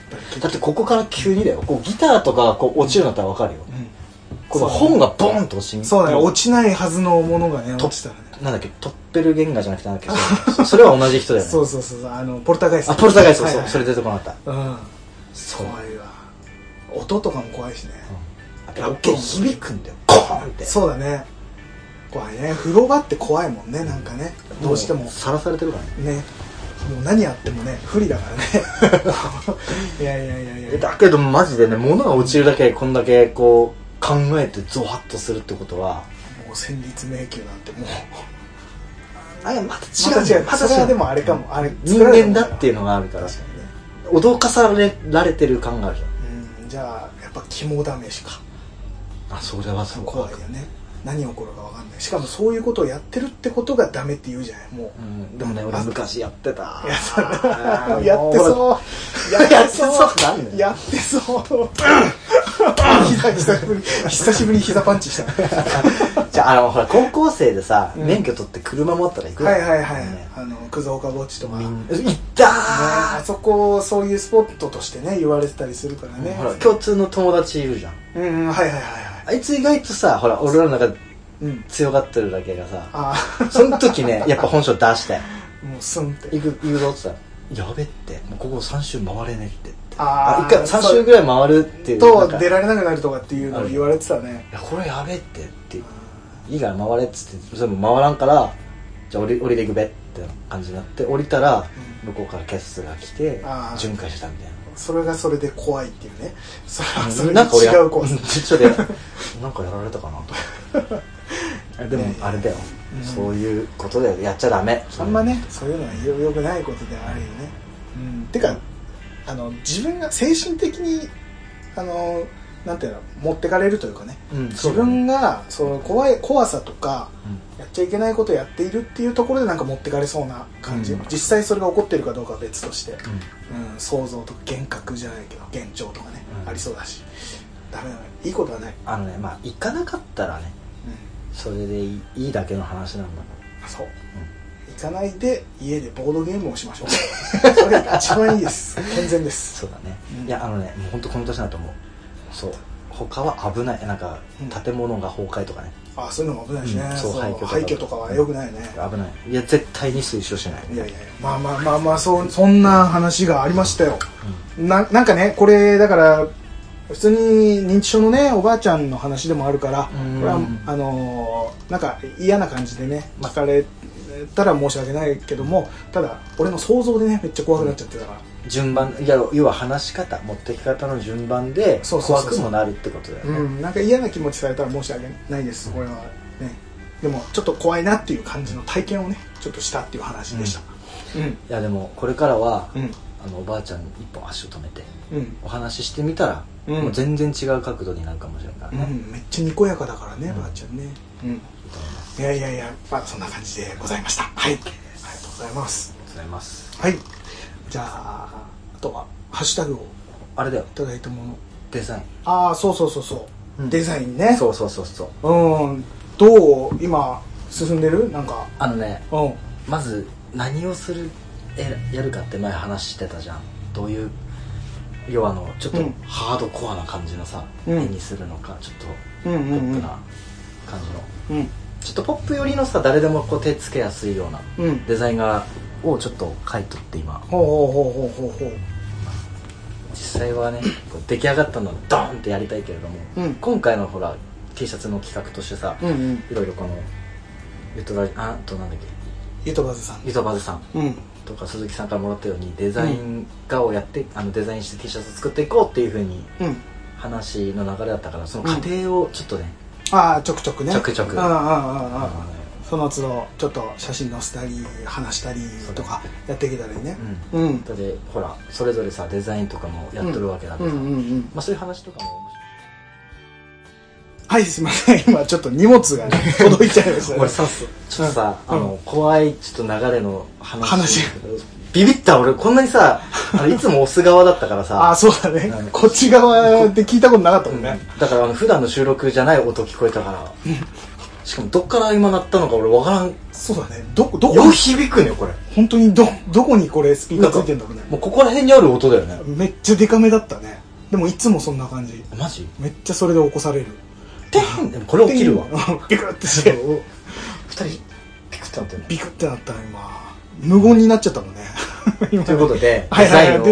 [SPEAKER 1] ぱり結
[SPEAKER 2] だ
[SPEAKER 1] 局
[SPEAKER 2] ってここから急にだよ。こう、ギターとかがこう、落ちるんだったらわかるよ。この本がボーンと落ち
[SPEAKER 1] うん
[SPEAKER 2] に
[SPEAKER 1] そうだね落ちないはずのものがね落ちたらね
[SPEAKER 2] なんだっけトッペルゲンガーじゃなくてなんだっけそそれは同じ人だよね
[SPEAKER 1] そうそうそうそうあのポルターガイスト
[SPEAKER 2] あポルターガイスト、
[SPEAKER 1] はいはい
[SPEAKER 2] そうそれ出てこなかった
[SPEAKER 1] うん
[SPEAKER 2] そう
[SPEAKER 1] 怖いわ音とかも怖いしね
[SPEAKER 2] やっぱ音響くんだよコーンって
[SPEAKER 1] そうだね怖いね風呂場って怖いもんねなんかねどうしても
[SPEAKER 2] さらされてるからね
[SPEAKER 1] ねもう何やってもね不利だから ねいやいやいやい
[SPEAKER 2] え
[SPEAKER 1] や
[SPEAKER 2] だけどマジでね物が落ちるだけこんだけこう考えてゾワッとするってことは
[SPEAKER 1] もう戦慄迷宮なんてもう
[SPEAKER 2] あいやまた
[SPEAKER 1] また違うまたそれはでもあれかもあれ作
[SPEAKER 2] 人
[SPEAKER 1] られたも
[SPEAKER 2] 間
[SPEAKER 1] ん
[SPEAKER 2] だっていうのがあるから
[SPEAKER 1] 確かにね
[SPEAKER 2] 脅かされられてる感があるじ
[SPEAKER 1] うんじゃあやっぱ肝試しか
[SPEAKER 2] ゃんあそれはそう
[SPEAKER 1] 怖いよね何起こるか分かんないしかもそういうことをやってるってことがダメって言うじゃないも
[SPEAKER 2] うんでもね俺昔やって
[SPEAKER 1] や
[SPEAKER 2] た
[SPEAKER 1] う、
[SPEAKER 2] あー
[SPEAKER 1] やって
[SPEAKER 2] もう
[SPEAKER 1] そう
[SPEAKER 2] 俺やってそうなんだよ
[SPEAKER 1] やって そう膝久 しぶり久しぶりに膝パンチしたは
[SPEAKER 2] じゃあ、あの、ほら、高校生でさ、
[SPEAKER 1] うん
[SPEAKER 2] 免許取って車持ったら行く
[SPEAKER 1] いはいはい、
[SPEAKER 2] ね
[SPEAKER 1] あの葛岡墓地とか
[SPEAKER 2] み
[SPEAKER 1] ね
[SPEAKER 2] んな、行った
[SPEAKER 1] あ
[SPEAKER 2] ー
[SPEAKER 1] そこをそういうスポットとしてね言われてたりするからね
[SPEAKER 2] ほら、共通の友達いるじゃん。
[SPEAKER 1] うんうんはいはいはいはい
[SPEAKER 2] あいつ意外とさ、ほら、俺らの中で
[SPEAKER 1] うん
[SPEAKER 2] 強がってるだけがさ、
[SPEAKER 1] あ
[SPEAKER 2] その時ね、やっぱ本性出したよ。
[SPEAKER 1] あもうスンって
[SPEAKER 2] 行く、行くぞって言ったら、やべって、もうここ3周回れねえって。
[SPEAKER 1] あ
[SPEAKER 2] あ、
[SPEAKER 1] ー
[SPEAKER 2] 一回3周ぐらい回るっていう。な
[SPEAKER 1] と
[SPEAKER 2] んか
[SPEAKER 1] 出
[SPEAKER 2] い
[SPEAKER 1] られなくなるとかっていうのを言われてたね
[SPEAKER 2] や、これやべってって、いいから回れっつって、それも回らんから、じゃあ降り降りていくべって感じになって、降りたら、向こうから警察が来て
[SPEAKER 1] あー、
[SPEAKER 2] 巡回したみたいな。
[SPEAKER 1] それがそれで怖いっていうねそれはそれで
[SPEAKER 2] なんか俺や
[SPEAKER 1] 違う怖さ
[SPEAKER 2] ん ちょっとやなんかやられたかなと あでもあれだよ、
[SPEAKER 1] うん
[SPEAKER 2] そういうことでやっちゃダメ
[SPEAKER 1] あんまねそういうのはよよくないことではあるよねうんてかあの自分が精神的にあのなんていうの持ってかれるというかね
[SPEAKER 2] うん
[SPEAKER 1] 自
[SPEAKER 2] そうだね
[SPEAKER 1] 分がその怖い怖さとか
[SPEAKER 2] うん
[SPEAKER 1] やっちゃいけないことをやっているっていうところでなんか持ってかれそうな感じ、
[SPEAKER 2] うん
[SPEAKER 1] 実際それが起こってるかどうかは別として、
[SPEAKER 2] うん
[SPEAKER 1] うん、想像とか幻覚じゃないけど幻聴とかね、
[SPEAKER 2] うん
[SPEAKER 1] ありそうだしダメだねいいことはない、
[SPEAKER 2] あのねまあ行かなかったらね
[SPEAKER 1] う
[SPEAKER 2] それでいいいいだけの話なんだ
[SPEAKER 1] ん、そう、行かないで家でボードゲームをしましょう それが一番いいです健全です
[SPEAKER 2] そうだね、
[SPEAKER 1] うん
[SPEAKER 2] いやあのねもう本当この年だと思うそう他は危ないなんか
[SPEAKER 1] うん
[SPEAKER 2] 建物が崩壊とかね、
[SPEAKER 1] あそういうのも危ないしね、
[SPEAKER 2] うんそ
[SPEAKER 1] そうう
[SPEAKER 2] 廃墟とか
[SPEAKER 1] 廃墟とかはよくないね、
[SPEAKER 2] 危ないいや絶対に推奨しない
[SPEAKER 1] いやいやまあまあまあまあそそんな話がありましたよ、ななんかねこれだから普通に認知症のねおばあちゃんの話でもあるから
[SPEAKER 2] うん
[SPEAKER 1] これはあのーなんか嫌な感じでね
[SPEAKER 2] まあ
[SPEAKER 1] 聞かれたら申し訳ないけどもただ俺の想像でねめっちゃ怖くなっちゃってたから
[SPEAKER 2] 順番いや要は話し方持ってき方の順番で
[SPEAKER 1] そうそう
[SPEAKER 2] 怖
[SPEAKER 1] そうそう
[SPEAKER 2] くもなるってことだよね
[SPEAKER 1] うん、なんか嫌な気持ちされたら申し訳ないですこれはねでもちょっと怖いなっていう感じの体験をねちょっとしたっていう話でしたうん
[SPEAKER 2] いやでもこれからは、
[SPEAKER 1] うん
[SPEAKER 2] あのおばあちゃんに一本足を止めて
[SPEAKER 1] うん、
[SPEAKER 2] お話ししてみたら、
[SPEAKER 1] うん
[SPEAKER 2] もう全然違う角度になるかもしれないから
[SPEAKER 1] う
[SPEAKER 2] ね、いい
[SPEAKER 1] ん、めっちゃにこやかだからね、
[SPEAKER 2] うん
[SPEAKER 1] ばあちゃんねうん
[SPEAKER 2] と思います
[SPEAKER 1] いやいやいや、まあ、そんな感じでございましたはいありがとうございます
[SPEAKER 2] ありがとうございます
[SPEAKER 1] はいじゃああとはハッシュタグを
[SPEAKER 2] あれだよ
[SPEAKER 1] いただいたもの
[SPEAKER 2] デザイン
[SPEAKER 1] ああそうそうそうそう、
[SPEAKER 2] うん
[SPEAKER 1] デザインね
[SPEAKER 2] そうそうそうそう
[SPEAKER 1] ううんどう今進んでるなんか
[SPEAKER 2] あのね
[SPEAKER 1] うん
[SPEAKER 2] まず何をするえやるかって前話してたじゃんどういう要はあのちょっと
[SPEAKER 1] うん
[SPEAKER 2] ハードコアな感じのさ、
[SPEAKER 1] うん
[SPEAKER 2] 絵にするのかちょっと
[SPEAKER 1] うんう
[SPEAKER 2] ポッ
[SPEAKER 1] ん
[SPEAKER 2] プな感じの、
[SPEAKER 1] うんうん
[SPEAKER 2] ちょっとポップ寄りのさ誰でもこう手つけやすいような
[SPEAKER 1] うん
[SPEAKER 2] デザイン画をちょっと描いとって今
[SPEAKER 1] ほうほうほうほうほうほ
[SPEAKER 2] 実際はねこう出来上がったのをドーンってやりたいけれども、
[SPEAKER 1] うん
[SPEAKER 2] 今回のほら T シャツの企画としてさ、
[SPEAKER 1] ううんうん
[SPEAKER 2] いろいろこのゆとらあとなんだっけ
[SPEAKER 1] ゆとばずさん
[SPEAKER 2] ゆとばずさん
[SPEAKER 1] うん
[SPEAKER 2] とか鈴木さんからもらったようにデザイン画をやって、あのデザインして T シャツ作っていこうっていうふうに
[SPEAKER 1] うん
[SPEAKER 2] 話の流れだったからその過程をちょっとね、
[SPEAKER 1] ああちょくちょくね
[SPEAKER 2] ちょくちょく
[SPEAKER 1] ああああああ
[SPEAKER 2] あのね
[SPEAKER 1] その都度ちょっと写真載せたり話したりとかやっていけたらいいね
[SPEAKER 2] う
[SPEAKER 1] うんうん
[SPEAKER 2] だってほらそれぞれさデザインとかもやっとるわけだか
[SPEAKER 1] う
[SPEAKER 2] ら、
[SPEAKER 1] んうん
[SPEAKER 2] まあ、そういう話とかも
[SPEAKER 1] は
[SPEAKER 2] 面
[SPEAKER 1] いすいません今ちょっと荷物 がね届いちゃいました
[SPEAKER 2] 白い
[SPEAKER 1] ね
[SPEAKER 2] 俺さちょっとさ、
[SPEAKER 1] うん
[SPEAKER 2] あの怖いちょっと流れの話
[SPEAKER 1] 話
[SPEAKER 2] ビビった俺こんなにさあのいつも押す側だったから
[SPEAKER 1] あ あ
[SPEAKER 2] さ
[SPEAKER 1] そうだね
[SPEAKER 2] うん
[SPEAKER 1] こっち側で聞いたことなかったもんね
[SPEAKER 2] だからあの普段の収録じゃない音聞こえたからしかもどっから今鳴ったのか俺わからん
[SPEAKER 1] そうだねどど
[SPEAKER 2] よ
[SPEAKER 1] こ
[SPEAKER 2] 響くねこれ
[SPEAKER 1] 本当にどどこにこれスピーカーついてんだろうね
[SPEAKER 2] もうここら辺にある音だよね
[SPEAKER 1] めっちゃデカめだったねでもいつもそんな感じ
[SPEAKER 2] マジ
[SPEAKER 1] めっちゃそれで起こされる
[SPEAKER 2] てんでもこれ起きるわ
[SPEAKER 1] うん ビクッてして
[SPEAKER 2] 二人ピクッとなってるね
[SPEAKER 1] ビクってなったら今無言になっちゃったもんね今
[SPEAKER 2] ということで
[SPEAKER 1] はい
[SPEAKER 2] デ
[SPEAKER 1] は
[SPEAKER 2] ザ
[SPEAKER 1] いは
[SPEAKER 2] イン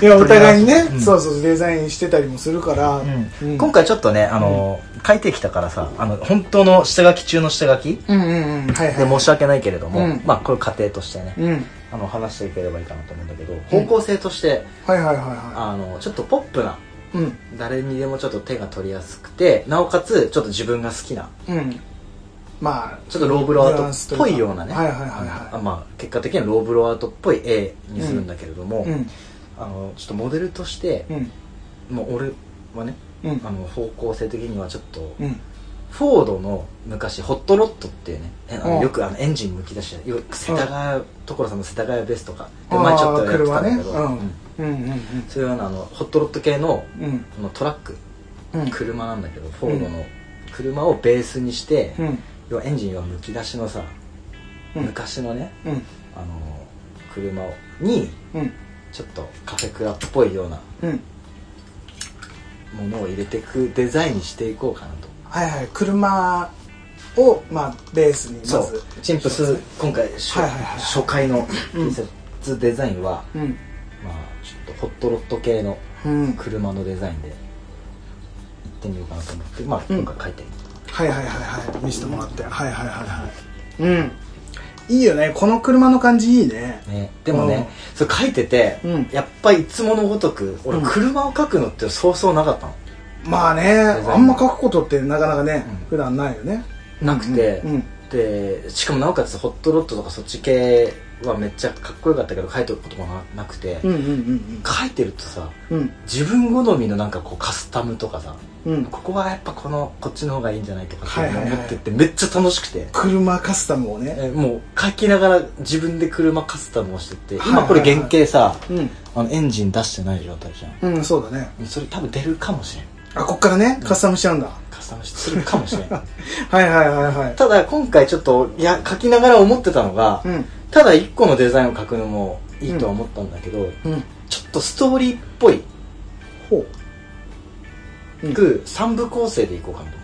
[SPEAKER 1] い
[SPEAKER 2] を
[SPEAKER 1] デ ザイン いやお互いにね、そうそうデザインしてたりもするから、
[SPEAKER 2] うん
[SPEAKER 1] うん
[SPEAKER 2] 今回ちょっとね、あの書いてきたからさあの本当の下書き中の下書き
[SPEAKER 1] うんうんうんはい
[SPEAKER 2] で
[SPEAKER 1] はい
[SPEAKER 2] 申し訳ないけれども、
[SPEAKER 1] うん
[SPEAKER 2] まあこれ過程としてね、
[SPEAKER 1] うん
[SPEAKER 2] あの話していければいいかなと思うんだけど方向性として、
[SPEAKER 1] はいはいはいは
[SPEAKER 2] あのちょっとポップない
[SPEAKER 1] うん
[SPEAKER 2] 誰にでもちょっと手が取りやすくてなおかつちょっと自分が好きな
[SPEAKER 1] うんまあ
[SPEAKER 2] ちょっとローブロアートっぽいようなね
[SPEAKER 1] はいはいはいはい
[SPEAKER 2] あまあ結果的にはローブロアートっぽい絵にするんだけれども、
[SPEAKER 1] うん
[SPEAKER 2] あのちょっとモデルとして
[SPEAKER 1] う、ん
[SPEAKER 2] もう俺はね
[SPEAKER 1] うん
[SPEAKER 2] あの方向性的にはちょっと、
[SPEAKER 1] うん
[SPEAKER 2] フォードの昔ホットロットっていうねえあ
[SPEAKER 1] うん
[SPEAKER 2] のよくあのエンジンむき出してよく世田谷所さんの世田谷ベストか
[SPEAKER 1] あ
[SPEAKER 2] で
[SPEAKER 1] ー
[SPEAKER 2] 前ちょっとやってたんだけど、
[SPEAKER 1] 車ね
[SPEAKER 2] うん
[SPEAKER 1] うんうん
[SPEAKER 2] そういうようなあのホットロット系の
[SPEAKER 1] うん
[SPEAKER 2] あのトラック
[SPEAKER 1] うんうん
[SPEAKER 2] 車なんだけど、フォードの車をベースにして、
[SPEAKER 1] うん
[SPEAKER 2] 要はエンジンはむき出しのさ、
[SPEAKER 1] うん
[SPEAKER 2] 昔のね
[SPEAKER 1] うん
[SPEAKER 2] あの車に
[SPEAKER 1] うん
[SPEAKER 2] ちょっとカフェクラっぽいような
[SPEAKER 1] うん
[SPEAKER 2] ものを入れていくデザインにしていこうかなと
[SPEAKER 1] はいはい車をまあベースにま
[SPEAKER 2] そ
[SPEAKER 1] ず
[SPEAKER 2] うチンプ
[SPEAKER 1] そう
[SPEAKER 2] ス
[SPEAKER 1] です
[SPEAKER 2] 今回初,、
[SPEAKER 1] はいはいはい
[SPEAKER 2] 初回の
[SPEAKER 1] うん
[SPEAKER 2] T シャツデザインは、
[SPEAKER 1] うん
[SPEAKER 2] まあちょっとホットロット系の
[SPEAKER 1] うん
[SPEAKER 2] 車のデザインで行ってみようかなと思ってまあ
[SPEAKER 1] うん
[SPEAKER 2] 今回書いてる、
[SPEAKER 1] はいはいはいはい見せてもらってはいはいはいはいうんいいよねこの車の感じいいね
[SPEAKER 2] ね、でもね、それ書いてて、
[SPEAKER 1] うん
[SPEAKER 2] やっぱりいつものごとく俺
[SPEAKER 1] うん
[SPEAKER 2] 車を書くのってそうそうなかったの、
[SPEAKER 1] まあね
[SPEAKER 2] ザイン
[SPEAKER 1] あんま書くことってなかなかね
[SPEAKER 2] うん
[SPEAKER 1] 普段ないよね
[SPEAKER 2] なくて、
[SPEAKER 1] うん
[SPEAKER 2] でしかもなおかつホットロットとかそっち系はめっちゃかっこよかったけど書いておくこともななくて、
[SPEAKER 1] うんうんうん
[SPEAKER 2] 書いてるとさ
[SPEAKER 1] うんうん
[SPEAKER 2] 自分好みのなんかこうカスタムとかさ
[SPEAKER 1] うん
[SPEAKER 2] ここはやっぱこのこっちの方がいいんじゃないとかそう
[SPEAKER 1] はいいうはい
[SPEAKER 2] の
[SPEAKER 1] はい
[SPEAKER 2] 思ってってめっちゃ楽しくて、
[SPEAKER 1] 車カスタムをね
[SPEAKER 2] えもう書きながら自分で車カスタムをしてって
[SPEAKER 1] はいはい
[SPEAKER 2] 今
[SPEAKER 1] はい
[SPEAKER 2] これ原型さ
[SPEAKER 1] うん
[SPEAKER 2] あのエンジン出してない状態じゃ
[SPEAKER 1] うんそうだね
[SPEAKER 2] んそれ多分出るかもしれん
[SPEAKER 1] あこっからねカスタムしちゃうんだ
[SPEAKER 2] カスタムするか もしれん
[SPEAKER 1] はいはいはいはい
[SPEAKER 2] ただ今回ちょっといや書きながら思ってたのが、
[SPEAKER 1] うん
[SPEAKER 2] ただ1個のデザインを書くのもいいとは思ったんだけど、
[SPEAKER 1] うん
[SPEAKER 2] ちょっとストーリーっぽい
[SPEAKER 1] ほう
[SPEAKER 2] く3部構成でいこうかなと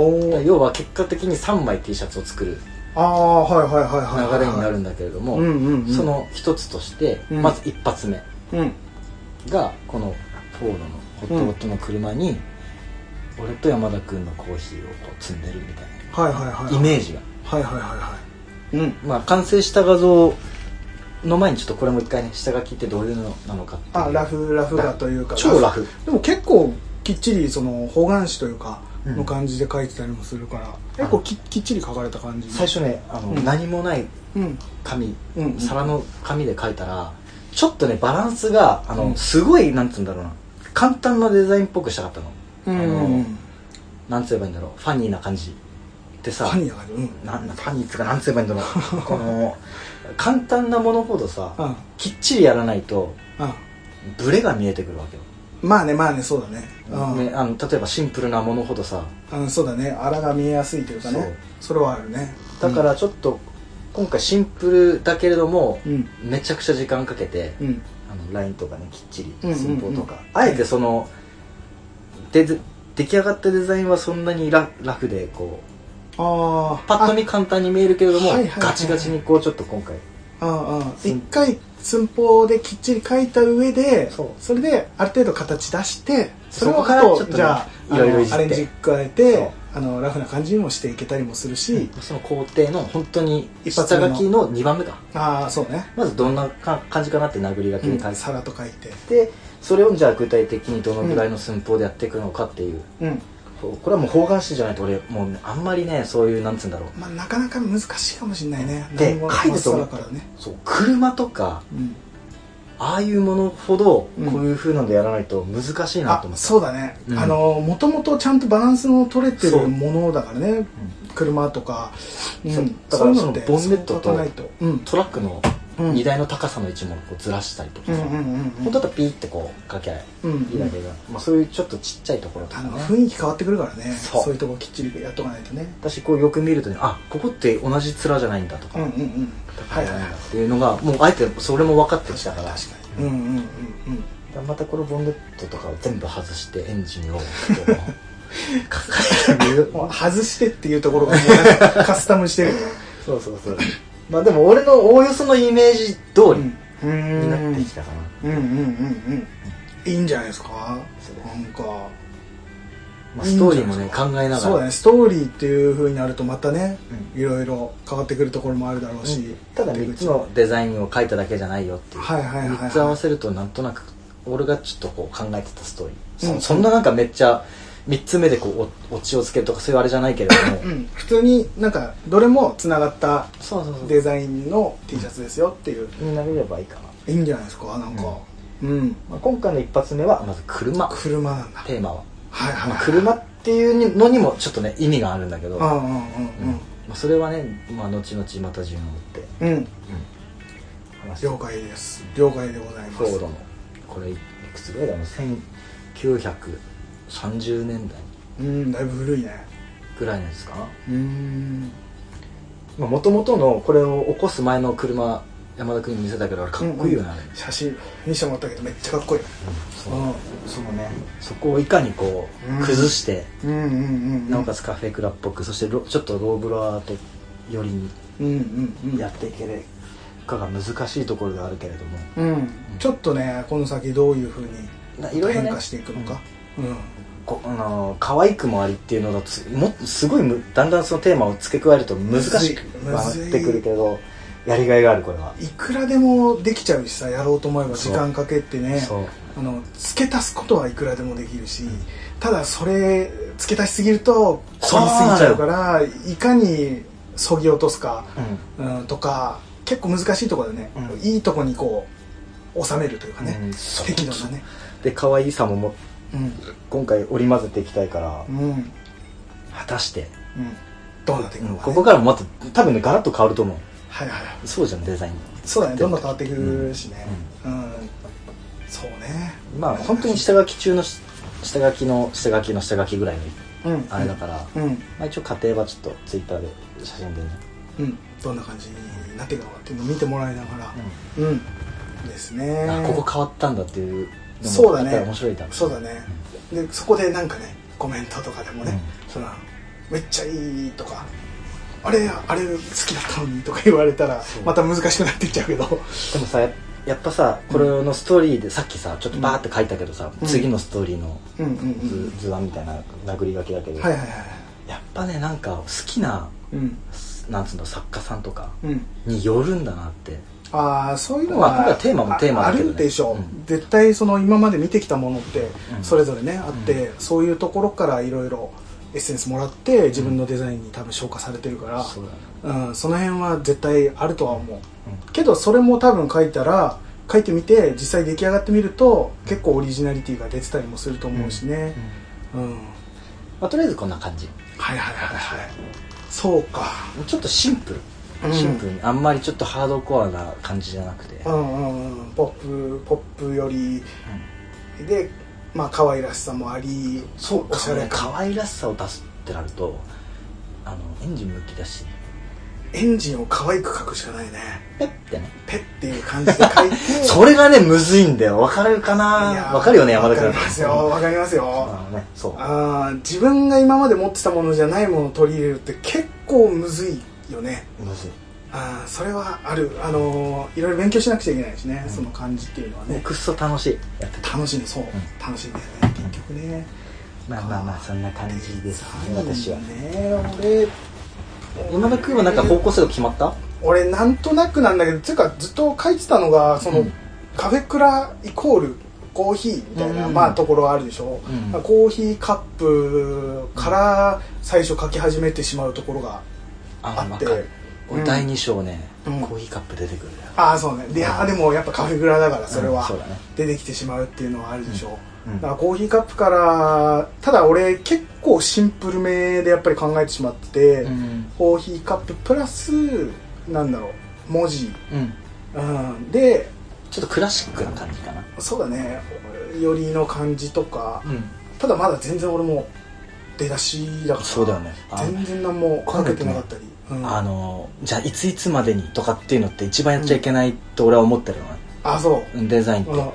[SPEAKER 2] 思って
[SPEAKER 1] お
[SPEAKER 2] だから
[SPEAKER 1] ー
[SPEAKER 2] 要は結果的に3枚 T シャツを作る
[SPEAKER 1] ああはいはいはいはいはい
[SPEAKER 2] 流れになるんだけれども、
[SPEAKER 1] うんうんうん
[SPEAKER 2] その一つとして、
[SPEAKER 1] うん
[SPEAKER 2] まず一発目
[SPEAKER 1] うん
[SPEAKER 2] がこのフォードのホットホットの車に、俺と山田君のコーヒーをこう積んでるみたい
[SPEAKER 1] はいはいはいは
[SPEAKER 2] ないイメージが、
[SPEAKER 1] はいはいはいはいうん
[SPEAKER 2] まあ、完成した画像の前にちょっとこれも一回ね下書きってどういうのなのかっていう
[SPEAKER 1] あラフラフ画というか
[SPEAKER 2] 超ラフ
[SPEAKER 1] でも結構きっちりその方眼紙というか
[SPEAKER 2] うん
[SPEAKER 1] の感じで書いてたりもするから、結構ききっちり書かれた感じ
[SPEAKER 2] 最初ねあの、
[SPEAKER 1] うん
[SPEAKER 2] 何もない
[SPEAKER 1] うん
[SPEAKER 2] 紙、
[SPEAKER 1] うん
[SPEAKER 2] 皿の紙で書いたらちょっとねバランスがあの、
[SPEAKER 1] うん
[SPEAKER 2] すごいなんつうんだろうな簡単なデザインっぽくしたかったの、
[SPEAKER 1] うん
[SPEAKER 2] あ
[SPEAKER 1] う
[SPEAKER 2] の
[SPEAKER 1] ん
[SPEAKER 2] なんつ言えばいいんだろうファニーな感じで
[SPEAKER 1] フ
[SPEAKER 2] さ
[SPEAKER 1] ァニーな感じうん
[SPEAKER 2] なんファニーっつうかなんつ言えばいいんだろ うこの簡単なものほどさ、
[SPEAKER 1] うんうん
[SPEAKER 2] きっちりやらないとブレが見えてくるわけよ、
[SPEAKER 1] まあねまあねそうだねうん、
[SPEAKER 2] ね、あの例えばシンプルなものほどさ
[SPEAKER 1] うん、そうだね荒が見えやすいというかねそれはあるね
[SPEAKER 2] だからちょっと今回シンプルだけれども、
[SPEAKER 1] うん
[SPEAKER 2] めちゃくちゃ時間かけて、
[SPEAKER 1] うん
[SPEAKER 2] あのラインとかねきっち
[SPEAKER 1] うんうんう
[SPEAKER 2] り
[SPEAKER 1] ん
[SPEAKER 2] 寸法とか、あえてそので出来上がったデザインはそんなにララフでこう
[SPEAKER 1] あー
[SPEAKER 2] パッと見簡単に見えるけれども、
[SPEAKER 1] はいはいはい
[SPEAKER 2] ガチガチにこうちょっと今回
[SPEAKER 1] ああああ一回寸法できっちり書いた上で
[SPEAKER 2] そ
[SPEAKER 1] そうれである程度形出してそれ
[SPEAKER 2] そ
[SPEAKER 1] を
[SPEAKER 2] こからちょっ
[SPEAKER 1] あ
[SPEAKER 2] と
[SPEAKER 1] と
[SPEAKER 2] ね
[SPEAKER 1] じゃあ
[SPEAKER 2] いろいろいじって
[SPEAKER 1] あのアレンジ加え
[SPEAKER 2] そう
[SPEAKER 1] てあのラフな感じにもしていけたりもするし、
[SPEAKER 2] その工程の本当に
[SPEAKER 1] 一
[SPEAKER 2] 下
[SPEAKER 1] 発目
[SPEAKER 2] 書
[SPEAKER 1] の
[SPEAKER 2] きの2番目か
[SPEAKER 1] ああそうね、
[SPEAKER 2] まずどんなか感じかなって殴り書き
[SPEAKER 1] う
[SPEAKER 2] に
[SPEAKER 1] ん、
[SPEAKER 2] 書い
[SPEAKER 1] 皿と書いて
[SPEAKER 2] て、それをじゃあ具体的にどのぐらいの寸法でやっていくのかっていう、
[SPEAKER 1] うん
[SPEAKER 2] そうこれはもう方眼紙じゃないと俺もうねあんまりねそういうなんつうんだろう
[SPEAKER 1] まあなかなか難しいかもしれないね
[SPEAKER 2] で
[SPEAKER 1] 日本語
[SPEAKER 2] 書いてと思
[SPEAKER 1] 真
[SPEAKER 2] う
[SPEAKER 1] っさらからね
[SPEAKER 2] そう車とか
[SPEAKER 1] うん
[SPEAKER 2] ああいうものほど
[SPEAKER 1] うん
[SPEAKER 2] こういう風なのでやらないと難しい
[SPEAKER 1] あ
[SPEAKER 2] なと思って、
[SPEAKER 1] そうだね、
[SPEAKER 2] うん
[SPEAKER 1] あのもともとちゃんとバランスの取れて
[SPEAKER 2] そう
[SPEAKER 1] るものだからね、車とか、うん
[SPEAKER 2] そうだか
[SPEAKER 1] そう
[SPEAKER 2] ら
[SPEAKER 1] いうのって
[SPEAKER 2] そのボンネットと
[SPEAKER 1] そう書かないと、うん、
[SPEAKER 2] トラックの
[SPEAKER 1] うん
[SPEAKER 2] 荷台の高さの位置もこうずらしたりとか
[SPEAKER 1] う
[SPEAKER 2] さ、
[SPEAKER 1] んうんうんうん
[SPEAKER 2] 本当だったらピーってこう書きゃい
[SPEAKER 1] うんうん
[SPEAKER 2] いだけど、まあ、そういうちょっとちっちゃいところと
[SPEAKER 1] あ
[SPEAKER 2] か
[SPEAKER 1] の
[SPEAKER 2] ね
[SPEAKER 1] 雰囲気変わってくるからね
[SPEAKER 2] そ
[SPEAKER 1] そうういうとこきっちりやっとかないとね
[SPEAKER 2] 私こうよく見るとねあここって同じ面じゃないんだとか、
[SPEAKER 1] うんうんうん
[SPEAKER 2] は
[SPEAKER 1] はいい
[SPEAKER 2] は
[SPEAKER 1] はいい
[SPEAKER 2] は
[SPEAKER 1] はいい
[SPEAKER 2] っていうのがもうあえてそれも分かってきたから
[SPEAKER 1] 確かにうんうんうんうん
[SPEAKER 2] またこのボンネットとかを全部外してエンジンをこ うかかってみる
[SPEAKER 1] もう外してっていうところがもうなんか カスタムしてる
[SPEAKER 2] そうそうそうまあでも俺のおおよそのイメージ通
[SPEAKER 1] うん
[SPEAKER 2] り
[SPEAKER 1] うんうん
[SPEAKER 2] に
[SPEAKER 1] う
[SPEAKER 2] なって
[SPEAKER 1] ん
[SPEAKER 2] きたかな、
[SPEAKER 1] うんうんいいんじゃないですか
[SPEAKER 2] そう
[SPEAKER 1] なんか
[SPEAKER 2] まあ、ストーリーもね考えなが
[SPEAKER 1] そう
[SPEAKER 2] ら
[SPEAKER 1] だねストーリーっていう風になるとまたね
[SPEAKER 2] う
[SPEAKER 1] いろいろ変わってくるところもあるだろうし、
[SPEAKER 2] うんただ3つのデザインを書いただけじゃないよっていう、
[SPEAKER 1] はいはいはいはい
[SPEAKER 2] 3つ合わせるとなんとなく俺がちょっとこう考えてたストーリー、そ
[SPEAKER 1] うん
[SPEAKER 2] そんななんかめっちゃ3つ目でこうおオチをつけるとかそういうあれじゃないけれども、
[SPEAKER 1] うん普通になんかどれもつながった
[SPEAKER 2] そうそうそう
[SPEAKER 1] デザインの T シャツですよっていう
[SPEAKER 2] になれればいいかな、
[SPEAKER 1] いいんじゃないですかなんかうん
[SPEAKER 2] まあ、今回の一発目はまず車
[SPEAKER 1] 車なんだ
[SPEAKER 2] テーマは、
[SPEAKER 1] はいはい
[SPEAKER 2] まあ、
[SPEAKER 1] はい
[SPEAKER 2] 車っていうのにもちょっとね意味があるんだけど、
[SPEAKER 1] うんうん
[SPEAKER 2] うんまあ、それはね、まあ、後々また順を追って
[SPEAKER 1] うんうんうん
[SPEAKER 2] 話して
[SPEAKER 1] 了解です了解でございま
[SPEAKER 2] フ
[SPEAKER 1] す
[SPEAKER 2] ォードのこれいくつぐらいだろう1930年代
[SPEAKER 1] うんだいぶ古いね
[SPEAKER 2] ぐらいなんですかな
[SPEAKER 1] うん
[SPEAKER 2] もともとのこれを起こす前の車山田君に見せたけどあれかっこいいよね、あれ
[SPEAKER 1] 写真見せてもらったけどめっちゃかっこいい
[SPEAKER 2] そううん
[SPEAKER 3] そのね
[SPEAKER 2] そこをいかにこ
[SPEAKER 1] う
[SPEAKER 2] うん崩して、
[SPEAKER 1] うんうんうん
[SPEAKER 2] なおかつカフェクラっぽくそしてロちょっとローブロアート寄りに
[SPEAKER 1] うんうんうん
[SPEAKER 2] やっていけるかが難しいところではあるけれども
[SPEAKER 1] うんちょっとねこの先どういうふうに
[SPEAKER 2] いろいろ
[SPEAKER 1] 変
[SPEAKER 2] ね
[SPEAKER 1] 化していくのかうん
[SPEAKER 2] こあの可愛くもありっていうのだとすもすごいむだんだんそのテーマを付け加えると難しく
[SPEAKER 1] む
[SPEAKER 2] なっ
[SPEAKER 1] ずい
[SPEAKER 2] てくるけどやりがいがあるこれは、
[SPEAKER 1] いくらでもできちゃうしさやろうと思えば
[SPEAKER 2] そ
[SPEAKER 1] 時
[SPEAKER 2] う
[SPEAKER 1] 間かけてね
[SPEAKER 2] そう
[SPEAKER 1] あの付け足すことはいくらでもできるし、ただそれ付け足しすぎると
[SPEAKER 2] そう
[SPEAKER 1] 凝りすぎちゃうからいかにそぎ落とすか、うん、とか結構難しいところでね、
[SPEAKER 2] うん
[SPEAKER 1] いいとこにこう収めるというかね、
[SPEAKER 2] うんそう
[SPEAKER 1] 適度なね
[SPEAKER 2] で可愛さもも
[SPEAKER 1] うん
[SPEAKER 2] 今回織り交ぜていきたいから、
[SPEAKER 1] うんうん
[SPEAKER 2] 果たして、
[SPEAKER 1] どうなっていくのか、ね
[SPEAKER 2] ここからもまた多分ねガラッと変わると思う
[SPEAKER 1] はいはいはい
[SPEAKER 2] そうじゃんデザイン
[SPEAKER 1] そうだねどんどん変わっていくしねうん、そうね
[SPEAKER 2] まあ本当に下書き中のし下書きの下書きの下書きぐらいの
[SPEAKER 1] うん
[SPEAKER 2] あれだから、ま
[SPEAKER 1] うんうん、
[SPEAKER 2] あ、一応家庭はちょっとツイッターで写真でね、
[SPEAKER 1] うん、どんな感じになっていくのかっていうのを見てもらいながら、うんですね
[SPEAKER 2] あここ変わったんだっていうの
[SPEAKER 1] そう
[SPEAKER 2] も
[SPEAKER 1] だ
[SPEAKER 2] やっぱり
[SPEAKER 1] ね
[SPEAKER 2] 面白いだろ
[SPEAKER 1] そうだね、でそこでなんかねコメントとかでもね、そのめっちゃいいとかあれあれ好きだったのにとか言われたら
[SPEAKER 2] そう
[SPEAKER 1] また難しくなってきちゃうけど
[SPEAKER 2] でもさややっぱさこれのストーリーでさっきさちょっとバーって書いたけどさ、
[SPEAKER 1] うん
[SPEAKER 2] 次のストーリーの
[SPEAKER 1] うんうんう
[SPEAKER 2] 図,、
[SPEAKER 1] ん
[SPEAKER 2] 図案みたいな殴り書きだけど、
[SPEAKER 1] はいはいはい
[SPEAKER 2] やっぱねなんか好きな
[SPEAKER 1] うん
[SPEAKER 2] なんつうの作家さんとか
[SPEAKER 1] うん
[SPEAKER 2] によるんだなって
[SPEAKER 1] ああそういうのは、
[SPEAKER 2] まあ今回テーマもテーマだけどね
[SPEAKER 1] ああるでしょう、
[SPEAKER 2] うん
[SPEAKER 1] 絶対その今まで見てきたものって
[SPEAKER 2] うん
[SPEAKER 1] それぞれね、あって、そういうところからいろいろエッセンスもらって自分のデザインに多分消化されてるから、
[SPEAKER 2] そうだね
[SPEAKER 1] うん、その辺は絶対あるとは思う、
[SPEAKER 2] う
[SPEAKER 1] けどそれも多分書いたら書いてみて実際出来上がってみると結構オリジナリティが出てたりもすると思うしねうん、
[SPEAKER 2] まあ、とりあえずこんな感じ
[SPEAKER 1] はいはいはいはいそうか
[SPEAKER 2] ちょっとシンプ
[SPEAKER 1] う
[SPEAKER 2] ル
[SPEAKER 1] ん
[SPEAKER 2] シンプルに、あんまりちょっとハードコアな感じじゃなくて、
[SPEAKER 1] う
[SPEAKER 2] うん
[SPEAKER 1] んうんうんポップポップよりでまあ可愛らしさもあり
[SPEAKER 2] そう
[SPEAKER 1] おしゃれ
[SPEAKER 2] か
[SPEAKER 1] か
[SPEAKER 2] 可愛らしさを出すってなるとあのエンジンむき出し
[SPEAKER 1] エンジンを可愛く描くしかないね
[SPEAKER 2] ペッてね
[SPEAKER 1] ペっていう感じで描いて
[SPEAKER 3] それがね、むずいんだよ。わかるか
[SPEAKER 1] いや
[SPEAKER 3] な
[SPEAKER 1] ー
[SPEAKER 3] わかるよね、山田
[SPEAKER 1] わ
[SPEAKER 3] 君。
[SPEAKER 1] かりますよわかりますよ
[SPEAKER 3] あーねそう。
[SPEAKER 1] あー自分が今まで持ってたものじゃないものを取り入れるって結構むずいよね
[SPEAKER 3] むずい。
[SPEAKER 1] あーそれはあるあのーいろいろ勉強しなくちゃいけないしね、その感じっていうのは
[SPEAKER 3] もう
[SPEAKER 1] ね
[SPEAKER 3] くっそ楽しい。やってた。
[SPEAKER 1] 楽しいねそう、楽しいんだよね結局ね
[SPEAKER 2] まあまあまあそんな感じですね私は
[SPEAKER 1] 俺
[SPEAKER 2] 今田君はなんか方向性が決まった
[SPEAKER 1] 俺なんとなくなんだけどつうかずっと書いてたのがその、
[SPEAKER 2] うん
[SPEAKER 1] カフェクライコールコーヒーみたいな、
[SPEAKER 2] うん
[SPEAKER 1] まあ、ところはあるでしょ、
[SPEAKER 2] うん
[SPEAKER 1] コーヒーカップから最初書き始めてしまうところが
[SPEAKER 2] あ
[SPEAKER 1] あ
[SPEAKER 2] わ
[SPEAKER 1] って
[SPEAKER 2] かる
[SPEAKER 1] う
[SPEAKER 2] 俺
[SPEAKER 1] ん
[SPEAKER 2] 第2章ね
[SPEAKER 1] うん
[SPEAKER 2] コーヒーカップ出てくるよ
[SPEAKER 1] ああそうねでいやーでもやっぱカフェクラだからそれ
[SPEAKER 2] うん
[SPEAKER 1] は
[SPEAKER 2] そうだね
[SPEAKER 1] 出てきてしまうっていうのはあるでしょ、
[SPEAKER 2] うんうん
[SPEAKER 1] だからコーヒーカップからただ俺結構シンプルめでやっぱり考えてしまってて、
[SPEAKER 2] うん
[SPEAKER 1] コーヒーカッププラスなんだろう文字、
[SPEAKER 2] うん
[SPEAKER 1] うん、で
[SPEAKER 2] ちょっとクラシックな感じかな
[SPEAKER 1] そうだねよりの感じとか
[SPEAKER 2] うん
[SPEAKER 1] ただまだ全然俺も出だしだから
[SPEAKER 2] そうだよねあ
[SPEAKER 1] 全然何もかけてなかったり、うん
[SPEAKER 2] あのじゃあいついつまでにとかっていうのって一番やっちゃいけないと俺は思ってるのね
[SPEAKER 1] あそう
[SPEAKER 2] デザインって
[SPEAKER 1] うんうんうん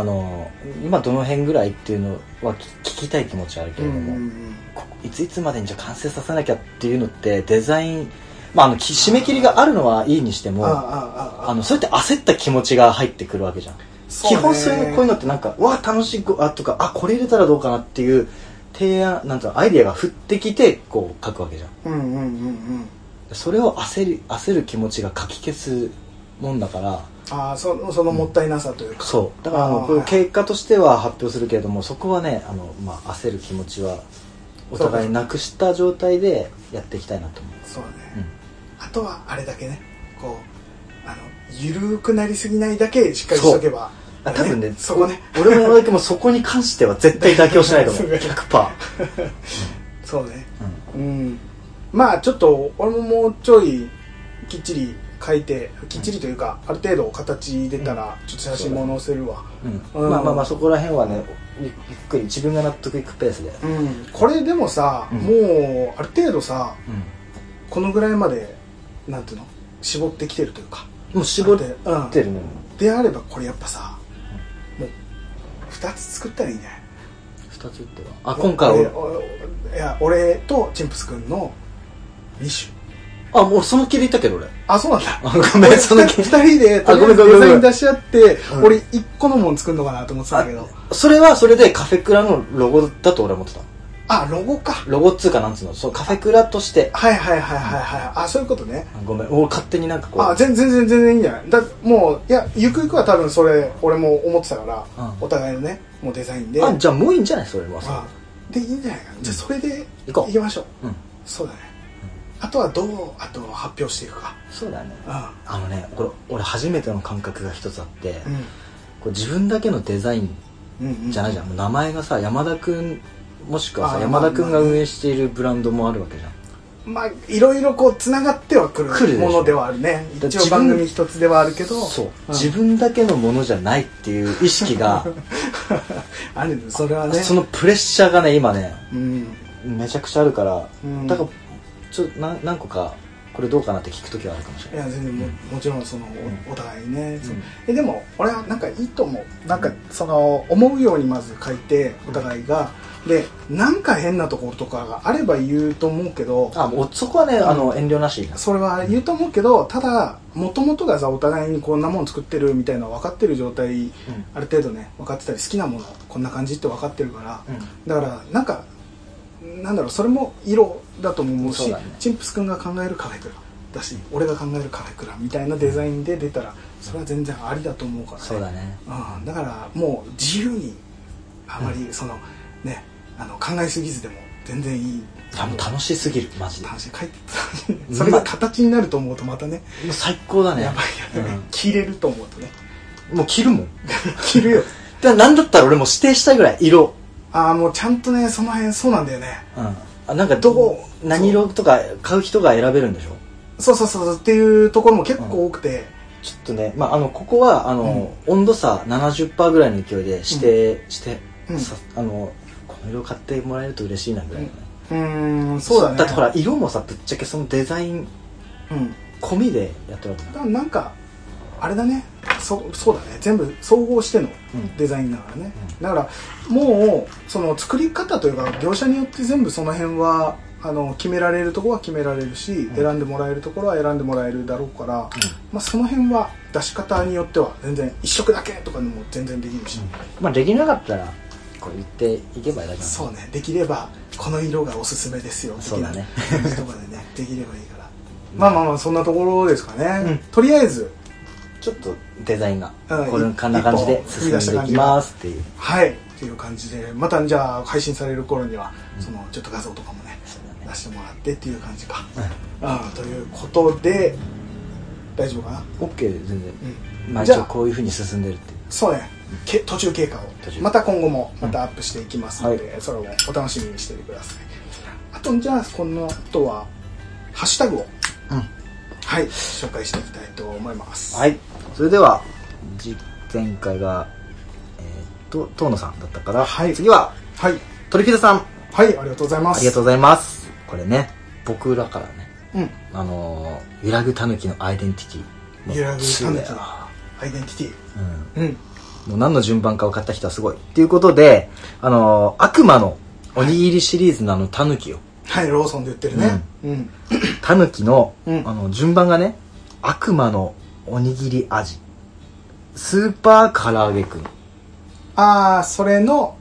[SPEAKER 2] あの今どの辺ぐらいっていうのはき聞きたい気持ちはあるけ
[SPEAKER 1] う
[SPEAKER 2] れ
[SPEAKER 1] ん
[SPEAKER 2] ども、
[SPEAKER 1] うん
[SPEAKER 2] こいついつまでにじゃあ完成させなきゃっていうのってデザイン、まあ、あのき締め切りがあるのはいいにして
[SPEAKER 1] うん
[SPEAKER 2] も
[SPEAKER 1] ああ
[SPEAKER 2] あ
[SPEAKER 1] あああ
[SPEAKER 2] のそうやって焦った気持ちが入ってくるわけじゃん、
[SPEAKER 1] そう
[SPEAKER 2] 基
[SPEAKER 1] ね
[SPEAKER 2] 本そういうこういうのってなんかわあ楽しいこあとかあこれ入れたらどうかなっていう提案なんていうのアイディアが降ってきてこう書くわけじゃん
[SPEAKER 1] うんうんうんうん
[SPEAKER 2] それを焦る焦る気持ちが書き消すもんだから
[SPEAKER 1] ああそそのもったいなさというか、
[SPEAKER 2] そうだからあの
[SPEAKER 1] あー
[SPEAKER 2] こういう結果としては発表するけれどもそこはねあの、まあ、焦る気持ちはお互いなくした状態でやっていきたいなと思う
[SPEAKER 1] そうだね、
[SPEAKER 2] うん
[SPEAKER 1] あとはあれだけねこうあのゆるくなりすぎないだけしっかりしとけば
[SPEAKER 2] あ多分ね
[SPEAKER 1] そこね
[SPEAKER 2] 俺も山田君もそこに関しては絶対妥協しない と思う100%、
[SPEAKER 1] そうね
[SPEAKER 2] うん
[SPEAKER 1] うんまあちょっと俺ももうちょいきっちり書いてきっちりというか、ある程度形出たらちょっと写真も載せるわうん
[SPEAKER 2] まあまあまあそこら辺はねゆゆっくり自分が納得いくペースで、
[SPEAKER 1] うん、これでもさ、
[SPEAKER 2] うん
[SPEAKER 1] もうある程度さこのぐらいまでなんていうの絞ってきてるというか
[SPEAKER 2] もう絞っ
[SPEAKER 1] ある程度うん
[SPEAKER 2] てるのよ
[SPEAKER 1] であればこれやっぱさもう2つ作ったらいいんじゃない
[SPEAKER 2] 2つってはあ今回は
[SPEAKER 1] 俺いや俺とチンプス君の2種
[SPEAKER 2] あもうその気でいたけど俺
[SPEAKER 1] あそうなんだ
[SPEAKER 2] あごめんその
[SPEAKER 1] 2
[SPEAKER 2] 気
[SPEAKER 1] 人でと
[SPEAKER 2] あ
[SPEAKER 1] りあ
[SPEAKER 2] ご
[SPEAKER 1] えず
[SPEAKER 2] めん
[SPEAKER 1] デ
[SPEAKER 2] ごめんごめん
[SPEAKER 1] ザイン出し合って、
[SPEAKER 2] うん
[SPEAKER 1] 俺1個のもん作るのかなと思ってたんだけど
[SPEAKER 2] それはそれでカフェクラのロゴだと俺は思ってた
[SPEAKER 1] あロゴか
[SPEAKER 2] ロゴっつうかなんつうのそうカフェクラとして
[SPEAKER 1] はいはいはいはいはいあそういうことね
[SPEAKER 2] あごめん俺勝手になんかこう
[SPEAKER 1] あ全然全然全然いいんじゃないだもういやゆくゆくは多分それ俺も思ってたから、
[SPEAKER 2] うん
[SPEAKER 1] お互いのねもうデザインで
[SPEAKER 2] あじゃあもういいんじゃないそれは
[SPEAKER 1] あ
[SPEAKER 2] さ
[SPEAKER 1] でいいんじゃないかなじゃあそれで
[SPEAKER 2] 行こう
[SPEAKER 1] きましょう
[SPEAKER 2] うん
[SPEAKER 1] そうだね、あとはどうあと発表していくか
[SPEAKER 2] そうだね
[SPEAKER 1] う
[SPEAKER 2] あのねこれ俺初めての感覚が一つあって、
[SPEAKER 1] ん
[SPEAKER 2] こう自分だけのデザイン
[SPEAKER 1] うんうんうん
[SPEAKER 2] じゃないじゃん、もう名前がさ山田君もしくは
[SPEAKER 1] あ
[SPEAKER 2] さ
[SPEAKER 1] ー
[SPEAKER 2] 山田君が運営しているブランドもあるわけじゃん
[SPEAKER 1] まあいろいろこうつながってはくる
[SPEAKER 2] 来るでしょ
[SPEAKER 1] ものではあるね
[SPEAKER 2] だ
[SPEAKER 1] 一応番組一つではあるけど
[SPEAKER 2] そう、
[SPEAKER 1] ん
[SPEAKER 2] 自分だけのものじゃないっていう意識が、
[SPEAKER 1] あるねそれはね
[SPEAKER 2] そのプレッシャーがね今ね
[SPEAKER 1] うん
[SPEAKER 2] めちゃくちゃあるから、
[SPEAKER 1] うん
[SPEAKER 2] だからちょっとな何個かこれどうかなって聞く時はあるかもし
[SPEAKER 1] い
[SPEAKER 2] れない
[SPEAKER 1] や全然ももちろんそのおお互いにね、その
[SPEAKER 2] うん
[SPEAKER 1] えでも俺はなんかいいと思うなんかその思うようにまず書いてお互いが、でなんか変なところとかがあれば言うと思うけど
[SPEAKER 2] あもうそこはね、
[SPEAKER 1] ん
[SPEAKER 2] あの遠慮なし
[SPEAKER 1] それは言うと思うけどただもともとがさお互いにこんなもん作ってるみたいなの分かってる状態ある程度ね分かってたり好きなものこんな感じって分かってるから、
[SPEAKER 2] うん
[SPEAKER 1] だからなんかなんだろうそれも色だとも思う
[SPEAKER 2] そ
[SPEAKER 1] し
[SPEAKER 2] うだね
[SPEAKER 1] チンプス君が考えるカフェクラだし俺が考えるカフェクラみたいなデザインで出たらそれは全然ありだと思うから、ね
[SPEAKER 2] そうだね
[SPEAKER 1] うん、だからもう自由にあまりその、ねあの考えすぎずでも全然いい
[SPEAKER 2] あもう楽しすぎるマジでも
[SPEAKER 1] 楽しい書いてたそれが形になると思うとまたね
[SPEAKER 2] う最高だね
[SPEAKER 1] やばいよね、着れると思うとね
[SPEAKER 2] うんもう着るも ん
[SPEAKER 1] 着るよ
[SPEAKER 2] だなんだったら俺もう指定したいぐらい色
[SPEAKER 1] ああもうちゃんとねその辺そうなんだよね
[SPEAKER 2] うんあなんか
[SPEAKER 1] どこ
[SPEAKER 2] どこ何色とか買う人が選べるんでしょ
[SPEAKER 1] そうそうそうっていうところも結構多くて、
[SPEAKER 2] ちょっとね、まあ、あのここはあの、温度差70%ぐらいの勢いで指定、して、
[SPEAKER 1] うん
[SPEAKER 2] さあのこの色買ってもらえると嬉しいなぐらいのね、
[SPEAKER 1] うーんそうだね
[SPEAKER 2] だってほら色もさぶっちゃけそのデザイン
[SPEAKER 1] ううん
[SPEAKER 4] 込みでやってるわけ
[SPEAKER 1] だ
[SPEAKER 4] な
[SPEAKER 1] からなんかあれだねそそうだね全部総合しての
[SPEAKER 4] うん
[SPEAKER 1] デザインだからね、だからもうその作り方というか業者によって全部その辺はあの決められるところは決められるし、選んでもらえるところは選んでもらえるだろうから、まあ、その辺は出し方によっては全然一色だけとかでも全然できるし、
[SPEAKER 4] まあできなかったらこう言っていけばいいだけなん
[SPEAKER 1] そうねできればこの色がおすすめですよ的
[SPEAKER 4] そう
[SPEAKER 1] な
[SPEAKER 4] だね
[SPEAKER 1] 感じとかでねできればいいからまあまあまあそんなところですかね、とりあえず
[SPEAKER 2] ちょっと
[SPEAKER 4] デザインが
[SPEAKER 1] うん
[SPEAKER 4] これこんな感じで進んでいきますっていう
[SPEAKER 1] はいっていう感じでまたじゃあ配信される頃にはそのちょっと画像とかもね
[SPEAKER 4] そうだね
[SPEAKER 1] 出してもらってっていう感じか、ああということで大丈夫かな
[SPEAKER 4] OK で全然
[SPEAKER 1] うん
[SPEAKER 4] まあ
[SPEAKER 1] じ
[SPEAKER 4] 一
[SPEAKER 1] ゃあ
[SPEAKER 4] 応こういうふうに進んでるっていう
[SPEAKER 1] そうねけ途中経過を
[SPEAKER 4] 途中
[SPEAKER 1] また今後もまたアップしていきますので、それもお楽しみにしててくださいあとじゃあこの後はハッシュタグを、
[SPEAKER 2] うん
[SPEAKER 1] はい紹介していきたいと思います
[SPEAKER 2] はいそれではじ前回がえーっと遠野さんだったから、
[SPEAKER 1] はい
[SPEAKER 2] 次は
[SPEAKER 1] はい、
[SPEAKER 2] トリフィルさん
[SPEAKER 1] はい、ありがとうございます
[SPEAKER 2] ありがとうございますこれね僕らからね
[SPEAKER 1] う、ん、
[SPEAKER 2] あのー、揺らぐたぬきのアイデンティティ
[SPEAKER 1] 揺らぐタヌキ
[SPEAKER 2] そうだよ
[SPEAKER 1] アイデンティテ
[SPEAKER 2] うん
[SPEAKER 1] ィうん
[SPEAKER 2] もう何の順番か分かった人はすごい。っていうことで、あのー悪魔のおにぎりシリーズのあの、タヌキを。
[SPEAKER 1] はいローソンで売ってるねうん
[SPEAKER 2] タヌキの、
[SPEAKER 1] うん
[SPEAKER 2] あの、順番がね、悪魔のおにぎり味。スーパー唐揚げくん
[SPEAKER 1] ああそれの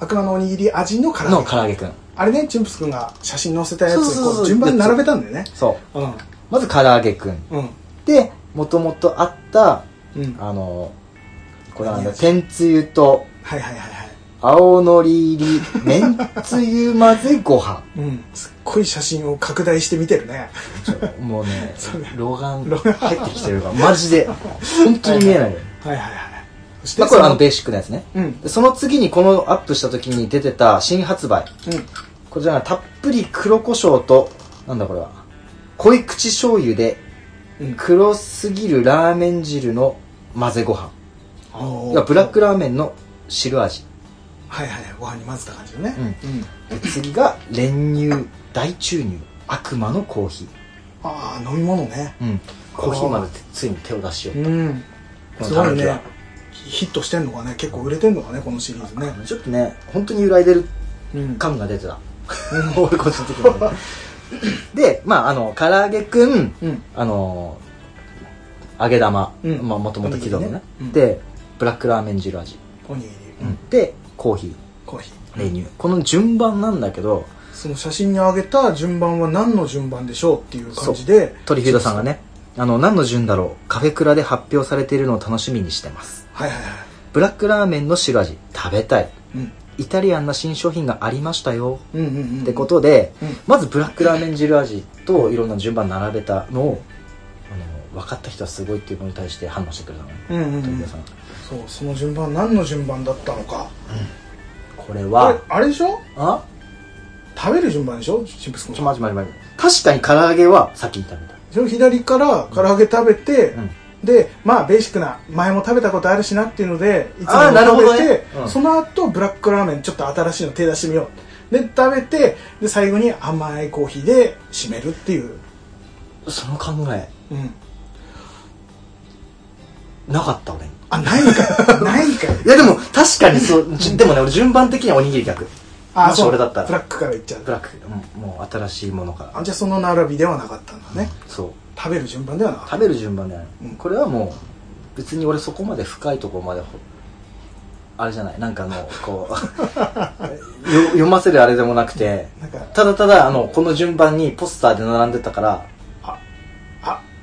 [SPEAKER 1] 悪魔のおにぎり味のから
[SPEAKER 2] の唐揚げくん。
[SPEAKER 1] あれねチュンプス君が写真載せたや
[SPEAKER 2] そう
[SPEAKER 1] つ
[SPEAKER 2] そうそう
[SPEAKER 1] こう順番に並べたんだよね
[SPEAKER 2] そう。
[SPEAKER 1] うん
[SPEAKER 2] まず唐揚げくん。
[SPEAKER 1] うん
[SPEAKER 2] で、もともとあった、
[SPEAKER 1] うんはい
[SPEAKER 2] あのーこれはね、
[SPEAKER 1] 何味
[SPEAKER 2] 天つゆと
[SPEAKER 1] はいはいはい
[SPEAKER 2] 青のり入り、めんつゆ混ぜ ご飯。
[SPEAKER 1] うん、すっごい写真を拡大して見てるね。
[SPEAKER 2] もうね
[SPEAKER 1] そうね、
[SPEAKER 2] 老眼
[SPEAKER 1] 老眼
[SPEAKER 2] 入ってきてるから、マジで。本当に見えないのよ。
[SPEAKER 1] はいはいはい。そして
[SPEAKER 2] まあ、これはあ
[SPEAKER 1] そ
[SPEAKER 2] の
[SPEAKER 1] の
[SPEAKER 2] ベーシックなやつね。
[SPEAKER 1] うん、
[SPEAKER 2] でその次にこのアップした時に出てた新発売。こちらがたっぷり黒胡椒と、なんだこれは。濃い口醤油で
[SPEAKER 1] うん、うん。
[SPEAKER 2] 黒すぎるラーメン汁の混ぜご飯。
[SPEAKER 1] お
[SPEAKER 2] 要は
[SPEAKER 1] ー
[SPEAKER 2] ブラックラーメンの汁味。
[SPEAKER 1] はいはいはい、ご飯に混ぜた感じのね。。
[SPEAKER 2] うん
[SPEAKER 1] うん、
[SPEAKER 2] で次が練乳、大注入、悪魔のコーヒ
[SPEAKER 1] ああ、飲み物ね。
[SPEAKER 2] ー。うん。コーヒーまでてついに手を出しよう。
[SPEAKER 1] ん。
[SPEAKER 2] この
[SPEAKER 1] すごい
[SPEAKER 2] 狸
[SPEAKER 1] ね
[SPEAKER 2] は。
[SPEAKER 1] ヒットしてんのかね、結構売れてんのかね、このシリーズね。
[SPEAKER 2] ちょっとね、本当に揺らいでる
[SPEAKER 1] うん。
[SPEAKER 2] 感が 出てた。 俺個人的にはねで、まあ、あの、唐揚げくん、
[SPEAKER 1] うん。
[SPEAKER 2] あのー揚げ玉、
[SPEAKER 1] うん
[SPEAKER 2] まあ、もともと既存のね
[SPEAKER 1] おにぎりねうん
[SPEAKER 2] で、ブラックラーメン汁味。
[SPEAKER 1] おにぎり、
[SPEAKER 2] で、コーヒ
[SPEAKER 1] コーヒ
[SPEAKER 2] ー、練乳。この順番なんだけど、
[SPEAKER 1] ー。その写真にあげた順番は何の順番でしょうっていう感じで。
[SPEAKER 2] トリフィードさんがね、あの、何の順だろう、カフェクラで発表されているのを楽しみにしてます。
[SPEAKER 1] はいはいは
[SPEAKER 2] ブラックラーメンの汁味、食べたい。
[SPEAKER 1] い。うん。
[SPEAKER 2] イタリアンな新商品がありましたよ。
[SPEAKER 1] うんうんうん。
[SPEAKER 2] ってことで、
[SPEAKER 1] うん
[SPEAKER 2] まずブラックラーメン汁味といろんな順番並べたのを、あの分かった人はすごいっていうのに対して反応してくれたのね、
[SPEAKER 1] うんうんう
[SPEAKER 2] 富田
[SPEAKER 1] ん
[SPEAKER 2] さ。ん
[SPEAKER 1] そう、その順番、何の順番だったのか。
[SPEAKER 2] これ
[SPEAKER 1] あ
[SPEAKER 2] は
[SPEAKER 1] れ、あれでしょ
[SPEAKER 2] あ
[SPEAKER 1] 食べる順番でしょシンプス君
[SPEAKER 2] ちょ待ち待ち待ち確かに唐揚げは先に食べた
[SPEAKER 1] その左から唐揚げ食べて、
[SPEAKER 2] うん
[SPEAKER 1] でまあベーシックな前も食べたことあるしなっていうのでいつも
[SPEAKER 2] あーなるほ
[SPEAKER 1] 食
[SPEAKER 2] ど
[SPEAKER 1] べ
[SPEAKER 2] ね
[SPEAKER 1] て、
[SPEAKER 2] うん
[SPEAKER 1] その後ブラックラーメンちょっと新しいの手出してみようで食べてで最後に甘いコーヒーで締めるっていう、
[SPEAKER 2] その考え
[SPEAKER 1] うん、
[SPEAKER 2] なかった俺に
[SPEAKER 1] あないんかいないんかい
[SPEAKER 2] いやでも確かにそうじ でもね俺順番的にはおにぎり逆
[SPEAKER 1] あ
[SPEAKER 2] もし俺だったら
[SPEAKER 1] ブラックからいっちゃう
[SPEAKER 2] ブラックうんもう新しいものから
[SPEAKER 1] あじゃあその並びではなかったんだね、
[SPEAKER 2] そう
[SPEAKER 1] 食べる順番ではなかっ
[SPEAKER 2] 食べる順番だよね、
[SPEAKER 1] うん
[SPEAKER 2] これはもう別に俺そこまで深いところまでほあれじゃないなんかあのこ うよ読ませるあれでもなくて
[SPEAKER 1] たなんか
[SPEAKER 2] ただただあのこの順番にポスターで並んでたから
[SPEAKER 1] あ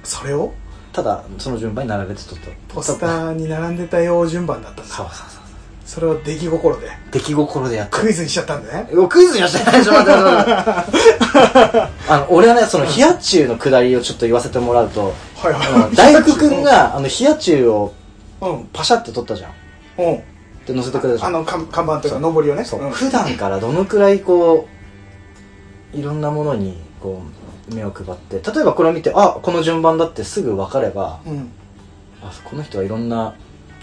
[SPEAKER 1] それを
[SPEAKER 2] ただその順番に並べて撮った
[SPEAKER 1] ポス
[SPEAKER 2] ー
[SPEAKER 1] ターに並んでたよう順番だったん
[SPEAKER 2] そう
[SPEAKER 1] だ
[SPEAKER 2] そうそう
[SPEAKER 1] それを出来心で
[SPEAKER 2] 出来心でやった
[SPEAKER 1] クイズにしちゃったんだね
[SPEAKER 2] おクイズにはしてないでしょ待って待って待ってあの俺はねその冷や中のくだりをちょっと言わせてもらうと
[SPEAKER 1] はい
[SPEAKER 2] あの大福くんがあの冷や中を
[SPEAKER 1] うん
[SPEAKER 2] パシャって撮ったじゃん
[SPEAKER 1] うん
[SPEAKER 2] で載せてくれたじゃん
[SPEAKER 1] あの看看板というか上りをね
[SPEAKER 2] そう、
[SPEAKER 1] うん
[SPEAKER 2] 普段からどのくらいこういろんなものにこう目を配って例えばこれを見てあこの順番だってすぐ分かれば
[SPEAKER 1] うん
[SPEAKER 2] あこの人はいろんな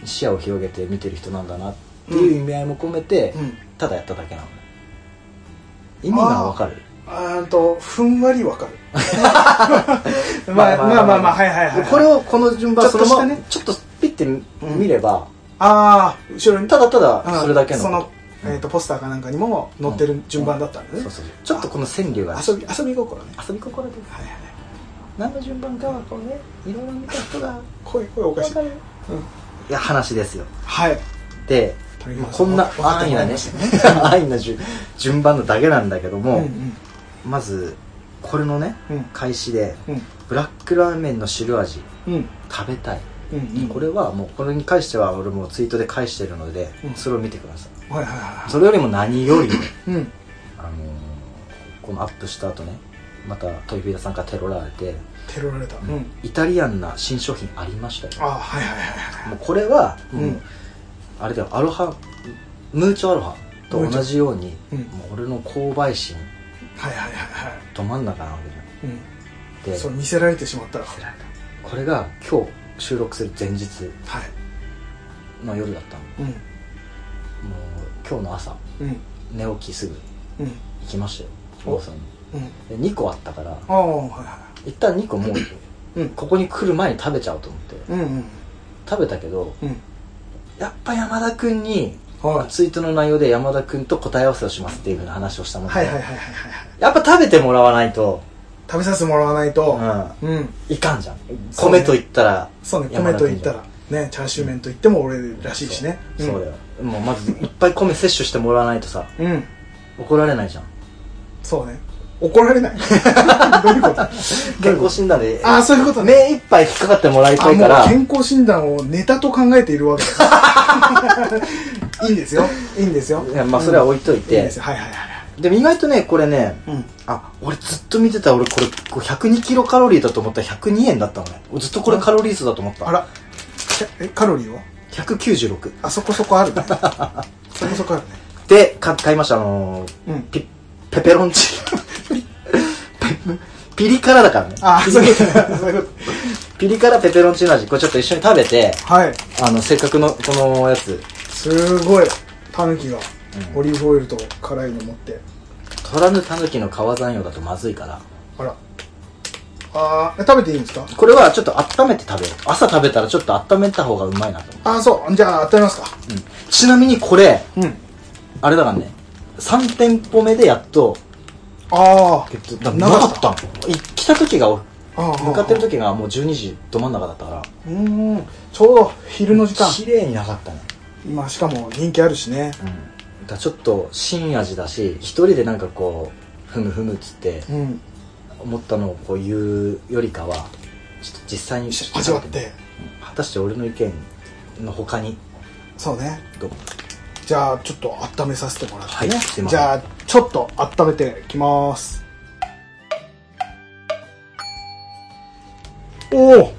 [SPEAKER 2] 視野を広げて見てる人なんだなっていう意味合いも込めて、
[SPEAKER 1] うん
[SPEAKER 2] ただやっただけなのね意味が分かる
[SPEAKER 1] あーんとふんわりわか るま
[SPEAKER 2] ま
[SPEAKER 1] あ
[SPEAKER 2] あ
[SPEAKER 1] ま
[SPEAKER 2] ま
[SPEAKER 1] あ
[SPEAKER 2] あ
[SPEAKER 1] ま
[SPEAKER 2] ま
[SPEAKER 1] あ
[SPEAKER 2] あ
[SPEAKER 1] まあはいはいはい
[SPEAKER 2] これをこの順番
[SPEAKER 1] ちょっとしたね
[SPEAKER 2] そのままちょっとピッて見れば、
[SPEAKER 1] ああ後ろに
[SPEAKER 2] ただただそれだけの
[SPEAKER 1] その、えー、とポスターかなんかにも載ってる順番だったんだね、
[SPEAKER 2] そうそうちょっとこの川柳が
[SPEAKER 1] 遊び遊び心ね
[SPEAKER 2] 遊び心です
[SPEAKER 1] はいはいはい
[SPEAKER 2] 何の順番かはこうねいろいろ見た人が
[SPEAKER 1] 声声おかしい
[SPEAKER 2] わるいや話ですよ
[SPEAKER 1] はい
[SPEAKER 2] で
[SPEAKER 1] 鳥山さ
[SPEAKER 2] こんな
[SPEAKER 1] 分かって
[SPEAKER 2] 安易
[SPEAKER 1] もら
[SPEAKER 2] ないね
[SPEAKER 1] ました
[SPEAKER 2] 安易な順順番のだけなんだけど
[SPEAKER 1] うん
[SPEAKER 2] も、
[SPEAKER 1] うん
[SPEAKER 2] まずこれのね
[SPEAKER 1] うん
[SPEAKER 2] 開始で
[SPEAKER 1] うん
[SPEAKER 2] ブラックラーメンの汁味
[SPEAKER 1] うん
[SPEAKER 2] 食べた
[SPEAKER 1] う
[SPEAKER 2] い、
[SPEAKER 1] んうん
[SPEAKER 2] これはもうこれに関しては俺もツイートで返してるので、
[SPEAKER 1] うん
[SPEAKER 2] それを見てください
[SPEAKER 1] はいはいは
[SPEAKER 2] それよりも何よりも
[SPEAKER 1] いうん
[SPEAKER 2] あのーこのアップした後ねまたトイフィーダさんからテロられて
[SPEAKER 1] テロられたうん
[SPEAKER 2] イタリアンな新商品ありましたよ
[SPEAKER 1] ああはいはいはいはい
[SPEAKER 2] もうこれは、
[SPEAKER 1] うん
[SPEAKER 2] もうあれだよアロハムーチョアロハと同じように、
[SPEAKER 1] うん
[SPEAKER 2] もう俺の購買心
[SPEAKER 1] はいはいはいはい
[SPEAKER 2] ど真ん中なわけじ
[SPEAKER 1] う
[SPEAKER 2] ゃん
[SPEAKER 1] ん
[SPEAKER 2] で
[SPEAKER 1] そう見せられてしまったら
[SPEAKER 2] せられたこれが今日収録する前日
[SPEAKER 1] はい
[SPEAKER 2] の夜だったの
[SPEAKER 1] うん
[SPEAKER 2] もう今日の朝
[SPEAKER 1] うん
[SPEAKER 2] 寝起きすぐ
[SPEAKER 1] うん
[SPEAKER 2] 行きましたよ
[SPEAKER 1] お
[SPEAKER 2] ローソンに
[SPEAKER 1] うん
[SPEAKER 2] で2個あったから
[SPEAKER 1] ああはいは
[SPEAKER 2] 一旦2個もう
[SPEAKER 1] いうん
[SPEAKER 2] ここに来る前に食べちゃおうと思って
[SPEAKER 1] うんうん
[SPEAKER 2] 食べたけど
[SPEAKER 1] うん
[SPEAKER 2] やっぱ山田君に
[SPEAKER 1] はい
[SPEAKER 2] ツイートの内容で山田君と答え合わせをしますっていうふうな話をしたもんで、
[SPEAKER 1] はいはいはいはいはい
[SPEAKER 2] やっぱ食べてもらわないと、
[SPEAKER 1] 食べさせてもらわないうと
[SPEAKER 2] ん、
[SPEAKER 1] うん
[SPEAKER 2] いかんじゃん、
[SPEAKER 1] そうね
[SPEAKER 2] 米と言ったら
[SPEAKER 1] そうね
[SPEAKER 2] 山
[SPEAKER 1] 米
[SPEAKER 2] 田
[SPEAKER 1] と言っ
[SPEAKER 2] 君
[SPEAKER 1] たらねチャーシュー麺と言っても俺らしいしね
[SPEAKER 2] そう,、だ
[SPEAKER 1] よ
[SPEAKER 2] よもうまずいっぱい米摂取してもらわないとさ
[SPEAKER 1] うん
[SPEAKER 2] 怒られないじゃん
[SPEAKER 1] そうね怒られ ないどういうこと
[SPEAKER 2] 健康診断で
[SPEAKER 1] ああそういうことね
[SPEAKER 2] 目いっぱい引っかかってもらい
[SPEAKER 1] あ
[SPEAKER 2] たい
[SPEAKER 1] も
[SPEAKER 2] から
[SPEAKER 1] う健康診断をネタと考えているわけ だいいんですよいいんですよ
[SPEAKER 2] いやまあそれは置いとい
[SPEAKER 1] いいん
[SPEAKER 2] て、
[SPEAKER 1] ですよはいはいはいは
[SPEAKER 2] でも意外とねこれね
[SPEAKER 1] いうん
[SPEAKER 2] あ俺ずっと見てた俺これこう102キロカロリーだと思ったら102円だったのねずっとこれカロリー数だと思った
[SPEAKER 1] あらええカロリーは
[SPEAKER 2] 196
[SPEAKER 1] あそこそこある ねそこそこあるね
[SPEAKER 2] でか買いましたあのー
[SPEAKER 1] うん
[SPEAKER 2] ピペペロンチ ーノペピリ辛だからね
[SPEAKER 1] あそういうことそういうこ
[SPEAKER 2] ピリ辛ペペロンチーノ味これちょっと一緒に食べて
[SPEAKER 1] とはい
[SPEAKER 2] あのせっかくのこのやつ
[SPEAKER 1] すごいタヌキが
[SPEAKER 2] うん
[SPEAKER 1] オリーブオイルと辛いの持って
[SPEAKER 2] 取らぬタヌキの川山用だとまずいから
[SPEAKER 1] あらあーえ食べていいんですか
[SPEAKER 2] これはちょっと温めて食べる朝食べたらちょっと温めた方がうまいなと思
[SPEAKER 1] あーそうじゃあ当たりますか
[SPEAKER 2] う、うんちなみにこれ
[SPEAKER 1] うん
[SPEAKER 2] あれだからね3店舗目でやっと
[SPEAKER 1] あ
[SPEAKER 2] えっと
[SPEAKER 1] あ
[SPEAKER 2] なかったのい来た時が
[SPEAKER 1] あー
[SPEAKER 2] 向かってる時がもう12時ど真ん中だったから
[SPEAKER 1] うーんちょうど昼の時間
[SPEAKER 2] 綺麗になかったね
[SPEAKER 1] まあしかも人気あるしね
[SPEAKER 2] うんだからちょっと新味だし一人でなんかこうふむふむっつって
[SPEAKER 1] うん
[SPEAKER 2] 思ったのをこう言うよりかはちょっと実際に
[SPEAKER 1] 味わって
[SPEAKER 2] うん果たして俺の意見の他に
[SPEAKER 1] そうね
[SPEAKER 2] どう
[SPEAKER 1] じゃあちょっと温めさせてもらってね、
[SPEAKER 2] はいすいません
[SPEAKER 1] じゃあちょっと温めてきますおおう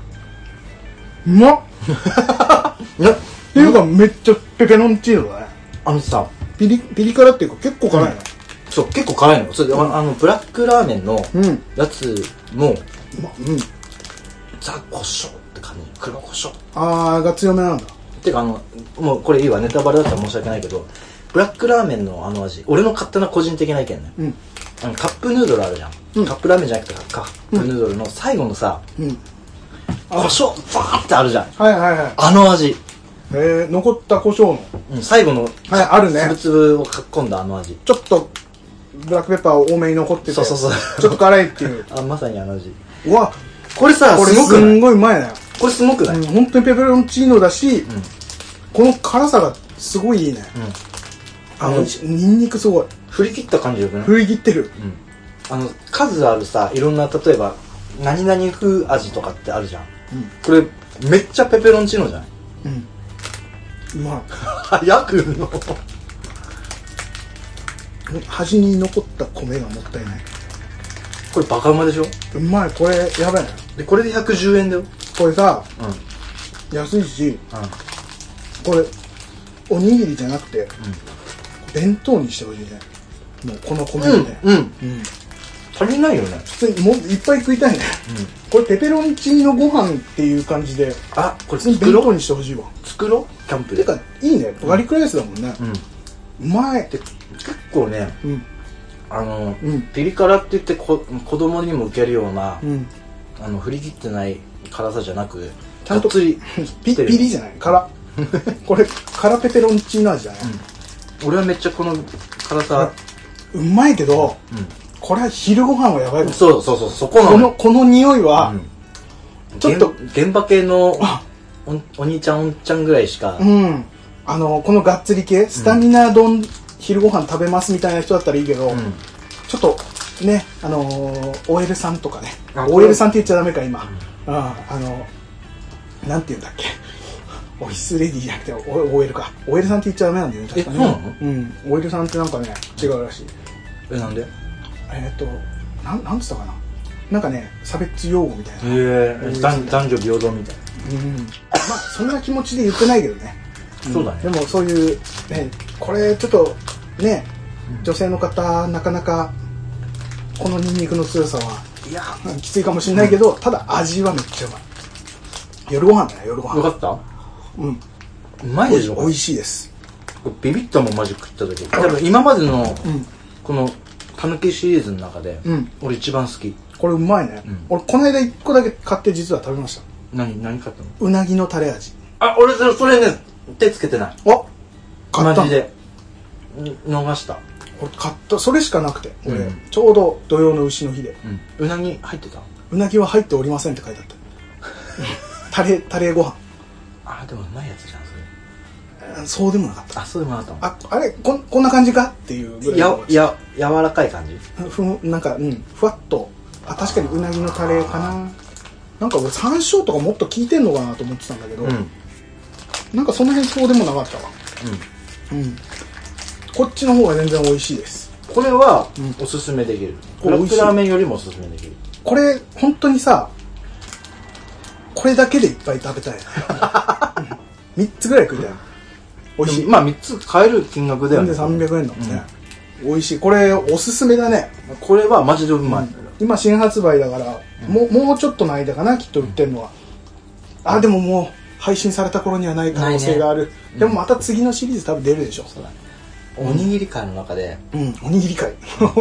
[SPEAKER 1] まっっていうかめっちゃペペロンチーノだね
[SPEAKER 2] あのさ
[SPEAKER 1] ピリピリ辛っていうか結構辛いね
[SPEAKER 2] そう結構辛いのそれで、ああのブラックラーメンの
[SPEAKER 1] うん、う
[SPEAKER 2] やつも
[SPEAKER 1] まうん、
[SPEAKER 2] ザコショウって感じ黒コショウ
[SPEAKER 1] あーが強めなんだ
[SPEAKER 2] てかあのもうこれいいわネタバレだったら申し訳ないけどブラックラーメンのあの味俺の勝手な個人的な意見ね
[SPEAKER 1] うん
[SPEAKER 2] あのカップヌードルあるじゃん、
[SPEAKER 1] うん
[SPEAKER 2] カップラーメンじゃなくてカップヌードルの最後のさ、
[SPEAKER 1] うん
[SPEAKER 2] 胡椒バーってあるじゃん
[SPEAKER 1] はいはいはい
[SPEAKER 2] あの味、
[SPEAKER 1] えー、残った胡椒の
[SPEAKER 2] うん、最後の
[SPEAKER 1] はいあるね
[SPEAKER 2] つぶつぶをかっこんだあの味
[SPEAKER 1] ちょっとブラックペッパーを多めに残ってて
[SPEAKER 2] そうそうそう
[SPEAKER 1] ちょっと辛いって いう
[SPEAKER 2] あまさにあの味
[SPEAKER 1] うわ
[SPEAKER 2] これさ
[SPEAKER 1] これ
[SPEAKER 2] すご
[SPEAKER 1] す
[SPEAKER 2] くなんい
[SPEAKER 1] ごいうまいね
[SPEAKER 2] これすごくない、
[SPEAKER 1] う
[SPEAKER 2] うんん
[SPEAKER 1] 本当にペペロンチーノだし、この辛さがすごいいいねあの、
[SPEAKER 2] うん
[SPEAKER 1] ニンニクすごい
[SPEAKER 2] 振り切った感じよくない、うん、
[SPEAKER 1] 振り切ってる
[SPEAKER 2] あの数あるさいろんな例えば何々風味とかってあるじゃんこれめっちゃペペロンチーノじゃない
[SPEAKER 1] うんうんうま
[SPEAKER 2] 早くの
[SPEAKER 1] い端に残った米がもったいない
[SPEAKER 2] これバカうまでしょ
[SPEAKER 1] うまいこれやばいね
[SPEAKER 2] でこれで110円だよ
[SPEAKER 1] これさ
[SPEAKER 2] うんうん
[SPEAKER 1] 安いしこれおにぎりじゃなくて、弁当にしてほしいねもうこの米でね、
[SPEAKER 2] うん、うん、
[SPEAKER 1] うん
[SPEAKER 2] 足りないよね
[SPEAKER 1] 普通にもういっぱい食いたいね、これペペロンチーノご飯っていう感じで
[SPEAKER 2] あこれ
[SPEAKER 1] 普通に
[SPEAKER 2] 作
[SPEAKER 1] 弁
[SPEAKER 2] ろ
[SPEAKER 1] 当
[SPEAKER 2] う
[SPEAKER 1] にしてほしいわ
[SPEAKER 2] 作ろうキャンプ
[SPEAKER 1] て
[SPEAKER 2] で
[SPEAKER 1] かいいねガリックライスだもんね、
[SPEAKER 2] うん
[SPEAKER 1] うまい
[SPEAKER 2] で結構ね
[SPEAKER 1] うん
[SPEAKER 2] ああの、
[SPEAKER 1] うん
[SPEAKER 2] ピリ辛って言ってこ子供にも受けるような、
[SPEAKER 1] うん
[SPEAKER 2] あの振り切ってない辛さじゃなく
[SPEAKER 1] ちゃんと
[SPEAKER 2] がっつ り
[SPEAKER 1] ピ
[SPEAKER 2] して
[SPEAKER 1] ピ
[SPEAKER 2] る
[SPEAKER 1] リじゃない 辛これ辛ペペロンチーノ味じゃない、
[SPEAKER 2] 俺はめっちゃこの辛さ、
[SPEAKER 1] うまいけど
[SPEAKER 2] う
[SPEAKER 1] これは昼ご飯はやばい
[SPEAKER 2] ん、
[SPEAKER 1] です
[SPEAKER 2] そうそうそうそこ
[SPEAKER 1] こ
[SPEAKER 2] なの
[SPEAKER 1] の
[SPEAKER 2] よ
[SPEAKER 1] この匂いは、
[SPEAKER 2] うん
[SPEAKER 1] ちょっと
[SPEAKER 2] 現現場系の
[SPEAKER 1] あ
[SPEAKER 2] おお兄ちゃんおんちゃんぐらいしか、
[SPEAKER 1] うん。あの、このがっつり系、スタミナ丼、昼ご飯食べますみたいな人だったらいいけど、
[SPEAKER 2] うん
[SPEAKER 1] ちょっと、ね、あのー、OL さんとかね
[SPEAKER 2] あ。
[SPEAKER 1] OL さんって言っちゃダメか、今。うん、あの、なんて言うんだっけ。 オフィスレディーじゃなくて、お OL か。OL さんって言っちゃダメなんだよね、確か
[SPEAKER 2] えそうな
[SPEAKER 1] ね。うん。OL さんってなんかね、違うらしい。
[SPEAKER 2] えなんでへ
[SPEAKER 1] えーっと、なん、なんつったかな。なんかね、差別用語みたいな。
[SPEAKER 2] え男男女平等みたい
[SPEAKER 1] うん。まあ、そんな気持ちで言ってないけどね。
[SPEAKER 2] な、そうだね
[SPEAKER 1] でもそういう、ね、これちょっとね、女性の方、なかなかこのニンニクの強さは、 いや、きついかもしれないけど、ただ味はめっちゃうまい。夜ご飯だね、夜ご
[SPEAKER 2] よか
[SPEAKER 1] 飯。
[SPEAKER 2] った
[SPEAKER 1] うん。
[SPEAKER 2] うまいでしょこ
[SPEAKER 1] 美
[SPEAKER 2] れ
[SPEAKER 1] 味しいです。
[SPEAKER 2] これビビったもんマジ食った時多分今までの
[SPEAKER 1] うん。
[SPEAKER 2] このたぬきシリーズの中で、
[SPEAKER 1] うん
[SPEAKER 2] 俺一番好き
[SPEAKER 1] これうまいね。
[SPEAKER 2] うん
[SPEAKER 1] 俺、この間一個だけ買って実は食べました。
[SPEAKER 2] 何何買ったの
[SPEAKER 1] うなぎのタレ味。
[SPEAKER 2] あ俺それそれね手つけてない
[SPEAKER 1] あ買った
[SPEAKER 2] マジでん逃した
[SPEAKER 1] 俺買った。それしかなくて、俺、
[SPEAKER 2] うん
[SPEAKER 1] ちょうど土曜の牛の日で。
[SPEAKER 2] うんうなぎ入ってた
[SPEAKER 1] うなぎは入っておりませんって書い てあった。タレ、タレご飯。
[SPEAKER 2] あでもうまいやつじゃんそれ
[SPEAKER 1] うんそうでもなかった。
[SPEAKER 2] あそうでもなかった
[SPEAKER 1] ああれこんこんな感じかっていうぐらい
[SPEAKER 2] や
[SPEAKER 1] の
[SPEAKER 2] や柔らかい感じ
[SPEAKER 1] ふんなんか、うん、ふわっとあ確かにうなぎのタレかななんか俺山椒とかもっと効いてんのかなと思ってたんだけど、なんかその辺そうでもなかったわうんこっちの方が全然美味しいです
[SPEAKER 2] これは
[SPEAKER 1] う
[SPEAKER 2] おすすめできる
[SPEAKER 1] こ
[SPEAKER 2] ブ
[SPEAKER 1] れ
[SPEAKER 2] ラ
[SPEAKER 1] 美
[SPEAKER 2] ッ
[SPEAKER 1] 味し
[SPEAKER 2] ク
[SPEAKER 1] い
[SPEAKER 2] ラーメンよりもおすすめできる
[SPEAKER 1] これ本当にさこれだけでいっぱい食べたい、うん、3つぐらい食いた い美味しい
[SPEAKER 2] でもまあ3つ買える金額だよ
[SPEAKER 1] 全
[SPEAKER 2] ね
[SPEAKER 1] 然300円だもんね、美味しいこれおすすめだね
[SPEAKER 2] これはマジでうまい
[SPEAKER 1] 今新発売だから、もうもうちょっとの間かなきっと売ってるのは、あでももう配信された頃にはない可能性がある、でもまた次のシリーズ多分出るでしょ
[SPEAKER 2] そうだねおにぎり界の中で
[SPEAKER 1] うんおにぎり会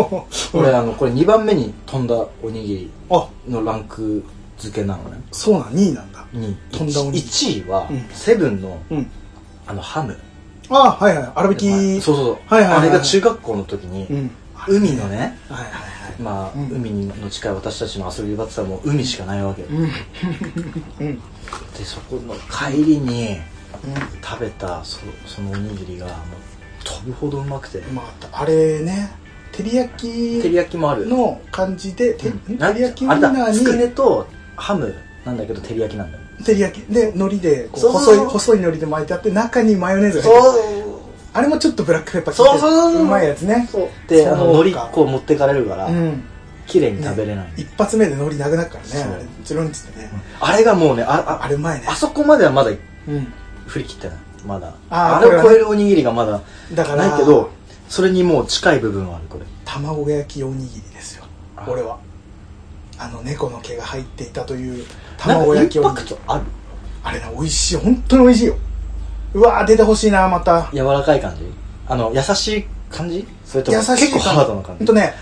[SPEAKER 2] 俺あのこれ2番目に飛んだおにぎり
[SPEAKER 1] あ
[SPEAKER 2] のランク付けなのね
[SPEAKER 1] そうなん2位なんだ
[SPEAKER 2] に
[SPEAKER 1] 飛んだおにぎり
[SPEAKER 2] 1位は
[SPEAKER 1] うん
[SPEAKER 2] セブンの
[SPEAKER 1] うん
[SPEAKER 2] あのハム
[SPEAKER 1] あはいはい粗
[SPEAKER 2] そ
[SPEAKER 1] 挽き
[SPEAKER 2] うそうそう
[SPEAKER 1] はいはいはい
[SPEAKER 2] あれが中学校の時
[SPEAKER 1] う
[SPEAKER 2] に
[SPEAKER 1] ん
[SPEAKER 2] 海のね
[SPEAKER 1] はいはいはい
[SPEAKER 2] まあ
[SPEAKER 1] うん
[SPEAKER 2] 海の近い私たちの遊び場って言ったらもう海しかないわけよ
[SPEAKER 1] うんうん
[SPEAKER 2] でそこの帰りに食べたそそのおにぎりがもう飛ぶほどうまくて
[SPEAKER 1] うまかったあれね照り焼
[SPEAKER 2] 照り
[SPEAKER 1] き
[SPEAKER 2] 焼きもある
[SPEAKER 1] の感じでて
[SPEAKER 2] うん
[SPEAKER 1] 照り焼きウ
[SPEAKER 2] あ
[SPEAKER 1] イン
[SPEAKER 2] れ
[SPEAKER 1] ナ
[SPEAKER 2] だつくね
[SPEAKER 1] ーに
[SPEAKER 2] とハムなんだけど照り焼きなんだよ
[SPEAKER 1] 照り焼きで海苔でこう
[SPEAKER 2] そうそう
[SPEAKER 1] 細い
[SPEAKER 2] そう
[SPEAKER 1] 細い海苔で巻いてあって中にマヨネーズが入ってる
[SPEAKER 2] そう
[SPEAKER 1] あれもちょっとブラックペッパー
[SPEAKER 2] そう
[SPEAKER 1] て
[SPEAKER 2] そうそうそう
[SPEAKER 1] うまいやつね
[SPEAKER 2] で
[SPEAKER 1] そう
[SPEAKER 2] あの海
[SPEAKER 1] か
[SPEAKER 2] 苔こう持ってかれるから、
[SPEAKER 1] うん
[SPEAKER 2] 綺麗に食べれない、
[SPEAKER 1] 一発目で海苔なくなるからね
[SPEAKER 2] そう
[SPEAKER 1] あれチロンっつってね
[SPEAKER 2] あれがもうねあ
[SPEAKER 1] あ
[SPEAKER 2] あ
[SPEAKER 1] れうまいね
[SPEAKER 2] あそこまではまだ
[SPEAKER 1] うん
[SPEAKER 2] 振り切ってないまだ
[SPEAKER 1] あー
[SPEAKER 2] あれ
[SPEAKER 1] これ
[SPEAKER 2] を
[SPEAKER 1] はね
[SPEAKER 2] 超えるおにぎりがまだ
[SPEAKER 1] だから
[SPEAKER 2] ないけどそれにもう近い部分はあるこれ
[SPEAKER 1] 卵焼きおにぎりですよ
[SPEAKER 2] あ
[SPEAKER 1] 俺はあの猫の毛が入っていたという
[SPEAKER 2] なん
[SPEAKER 1] 卵
[SPEAKER 2] かイ
[SPEAKER 1] 焼
[SPEAKER 2] ン
[SPEAKER 1] きお
[SPEAKER 2] パ
[SPEAKER 1] に
[SPEAKER 2] ク
[SPEAKER 1] ぎり
[SPEAKER 2] トある
[SPEAKER 1] あれね美味しい本当に美味しいようわー出てほしいなまた
[SPEAKER 2] 柔らかい感じあの優しい感じそれと
[SPEAKER 1] 優
[SPEAKER 2] も
[SPEAKER 1] しい感じ
[SPEAKER 2] 結構ハードな
[SPEAKER 1] ほ
[SPEAKER 2] 感
[SPEAKER 1] ん
[SPEAKER 2] じ
[SPEAKER 1] とね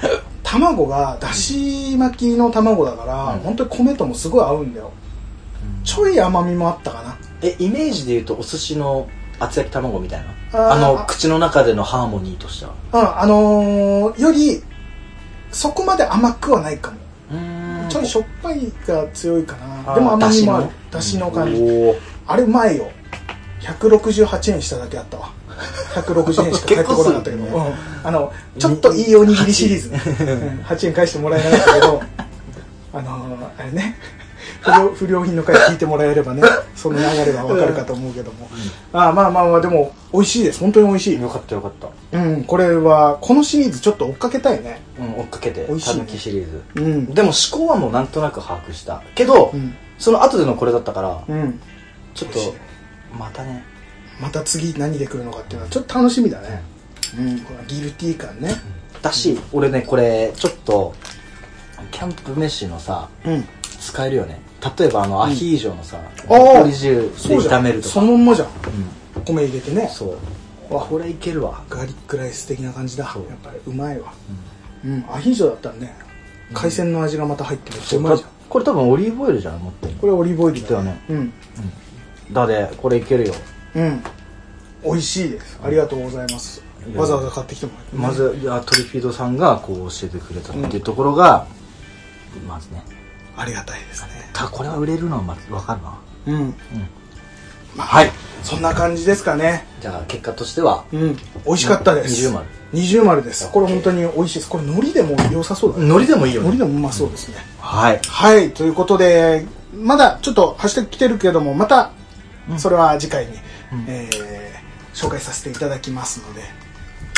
[SPEAKER 1] 卵がだし巻きの卵だから、
[SPEAKER 2] うん
[SPEAKER 1] 本当に米ともすごい合うんだよ
[SPEAKER 2] うん
[SPEAKER 1] ちょい甘みもあったかな
[SPEAKER 2] えイメージで言うとお寿司の厚焼き卵みたいな
[SPEAKER 1] あ
[SPEAKER 2] あ
[SPEAKER 1] ー
[SPEAKER 2] の口の中でのハーモニーとしては
[SPEAKER 1] うん、あのーより、そこまで甘くはないかも。ちょいしょっぱいが強いかな。でも甘みもある。だしの感じ。
[SPEAKER 2] じ
[SPEAKER 1] あれうまいよ。168円しただけあったわ。160円しか 返ってこなかったけど。
[SPEAKER 2] 結構するね
[SPEAKER 1] うんあの、ちょっといいおにぎりシリーズね。うん8円返してもらえなかったけど、あのーあれね。不良不良品の回聞いてもらえればね、その流れはわかるかと思うけども。あーまあまあまあ、でも、美味しいです。本当に美味しい。
[SPEAKER 2] よかったよかった
[SPEAKER 1] うん、これは、このシリーズちょっと追っかけたいね。
[SPEAKER 2] うん追っかけて
[SPEAKER 1] 美味しいね
[SPEAKER 2] たぬきシリーズ
[SPEAKER 1] うん。
[SPEAKER 2] でも思考はもうなんとなく把握したけど、
[SPEAKER 1] うん。
[SPEAKER 2] その後でのこれだったから
[SPEAKER 1] うん。
[SPEAKER 2] ちょっ
[SPEAKER 1] 美味し
[SPEAKER 2] と
[SPEAKER 1] い
[SPEAKER 2] またね
[SPEAKER 1] また次何で来るのかっていうのはちょっと楽しみだね。うん。このギルティー感ね。
[SPEAKER 2] だし俺ねこれちょっとキャンプ飯のさ
[SPEAKER 1] うん。
[SPEAKER 2] 使えるよね例えばあのアヒージョのさ、
[SPEAKER 1] あー
[SPEAKER 2] 残り汁で
[SPEAKER 1] そうじゃ
[SPEAKER 2] 炒
[SPEAKER 1] ん。
[SPEAKER 2] めると
[SPEAKER 1] そ
[SPEAKER 2] か
[SPEAKER 1] のまんまじゃん。
[SPEAKER 2] うん
[SPEAKER 1] 米入れてね。
[SPEAKER 2] そうこれいけるわ
[SPEAKER 1] ガーリックライス的な感じだ。やっ
[SPEAKER 2] そう
[SPEAKER 1] ぱりうまいわ。ううんアヒージョだったらね海鮮の味がまた入ってめっちゃうまいじゃん
[SPEAKER 2] これ多分オリーブオイルじゃん持ってる
[SPEAKER 1] これオリーブオイルだ
[SPEAKER 2] だよね
[SPEAKER 1] うん
[SPEAKER 2] だでこれいけるよ
[SPEAKER 1] うん美味しいですありがとうございます
[SPEAKER 2] いや
[SPEAKER 1] わざわざ買ってきてもらって
[SPEAKER 2] まずいやトリフィードさんがこう教えてくれたっていうところが、まずね
[SPEAKER 1] ありがたいですね
[SPEAKER 2] たこれは売れるのはまず分かるな
[SPEAKER 1] うん
[SPEAKER 2] はい
[SPEAKER 1] そんな感じですかね
[SPEAKER 5] じゃあ結果としては
[SPEAKER 1] うん美味しかったです
[SPEAKER 2] 二重丸
[SPEAKER 1] 二重丸ですこれ本当に美味しいですこれ海苔でも良さそうだね
[SPEAKER 2] 海苔でもいいよ
[SPEAKER 1] 海苔
[SPEAKER 2] ね
[SPEAKER 1] でもうまそうですね
[SPEAKER 2] はい
[SPEAKER 1] はい、ということで、まだちょっとハッシュタグ来てるけども、また、それは次回に、えー紹介させていただきますので、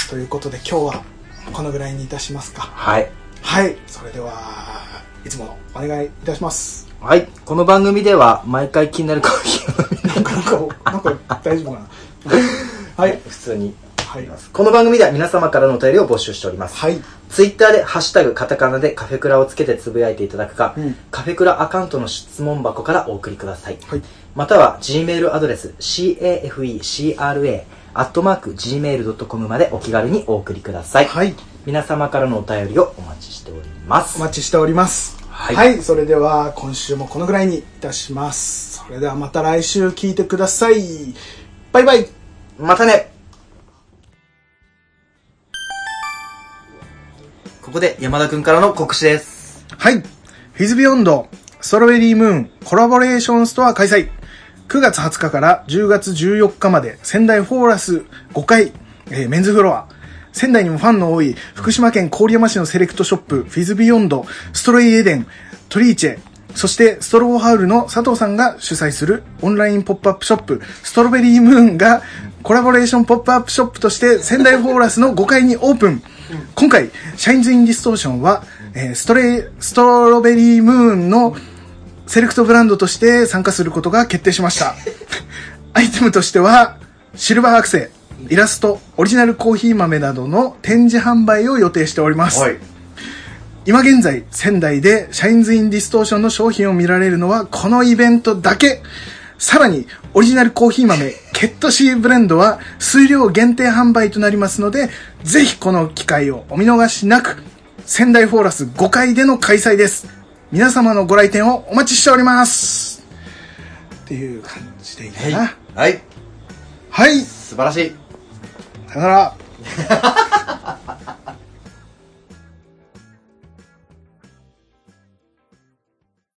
[SPEAKER 1] ということで今日はこのぐらいにいたしますか。
[SPEAKER 2] はい
[SPEAKER 1] はい、それでは、いつものお願いいたします。
[SPEAKER 2] はいこの番組では毎回気になるコーヒーを飲み
[SPEAKER 1] なんか、なんか、なんか大丈夫か なはい、
[SPEAKER 2] 普通に
[SPEAKER 1] はい、
[SPEAKER 2] この番組では皆様からのお便りを募集しております
[SPEAKER 1] はい、
[SPEAKER 2] ツイッターで「ハッシュタグカタカナ」でカフェクラをつけてつぶやいていただくか、
[SPEAKER 1] うん
[SPEAKER 2] カフェクラアカウントの質問箱からお送りください、
[SPEAKER 1] はい、
[SPEAKER 2] または Gmail アドレス cafecra アットマーク gmail.com までお気軽にお送りください、
[SPEAKER 1] はい、
[SPEAKER 2] 皆様からのお便りをお待ちしております
[SPEAKER 1] お待ちしております。
[SPEAKER 2] はい
[SPEAKER 1] はい、それでは今週もこのぐらいにいたします。それではまた来週聞いてください。バイバイ
[SPEAKER 2] またねここで山田君からの告知です
[SPEAKER 1] はい。フィズビヨンド、ストロベリームーンコラボレーションストア開催。9月20日から10月14日まで仙台フォーラス5階、えーメンズフロア。仙台にもファンの多い福島県郡山市のセレクトショップ、フィズビヨンド、ストロイエデン、トリーチェ、そしてストローハウルの佐藤さんが主催するオンラインポップアップショップ、ストロベリームーンがコラボレーションポップアップショップとして仙台フォーラスの5階にオープン。今回、シャインズ・イン・ディストーションは、えーストレイ、ストロベリームーンのセレクトブランドとして参加することが決定しました。 アイテムとしては、シルバーアクセ、イラスト、オリジナルコーヒー豆などの展示販売を予定しております。今現在、仙台でシャインズ・イン・ディストーションの商品を見られるのはこのイベントだけ。さらに、オリジナルコーヒー豆、ケットシーブレンドは数量限定販売となりますので、ぜひこの機会をお見逃しなく、仙台フォーラス5回での開催です。皆様のご来店をお待ちしております。っていう感じでいいかな。
[SPEAKER 2] はい
[SPEAKER 1] はい、
[SPEAKER 2] 素晴らしい
[SPEAKER 1] さよなら。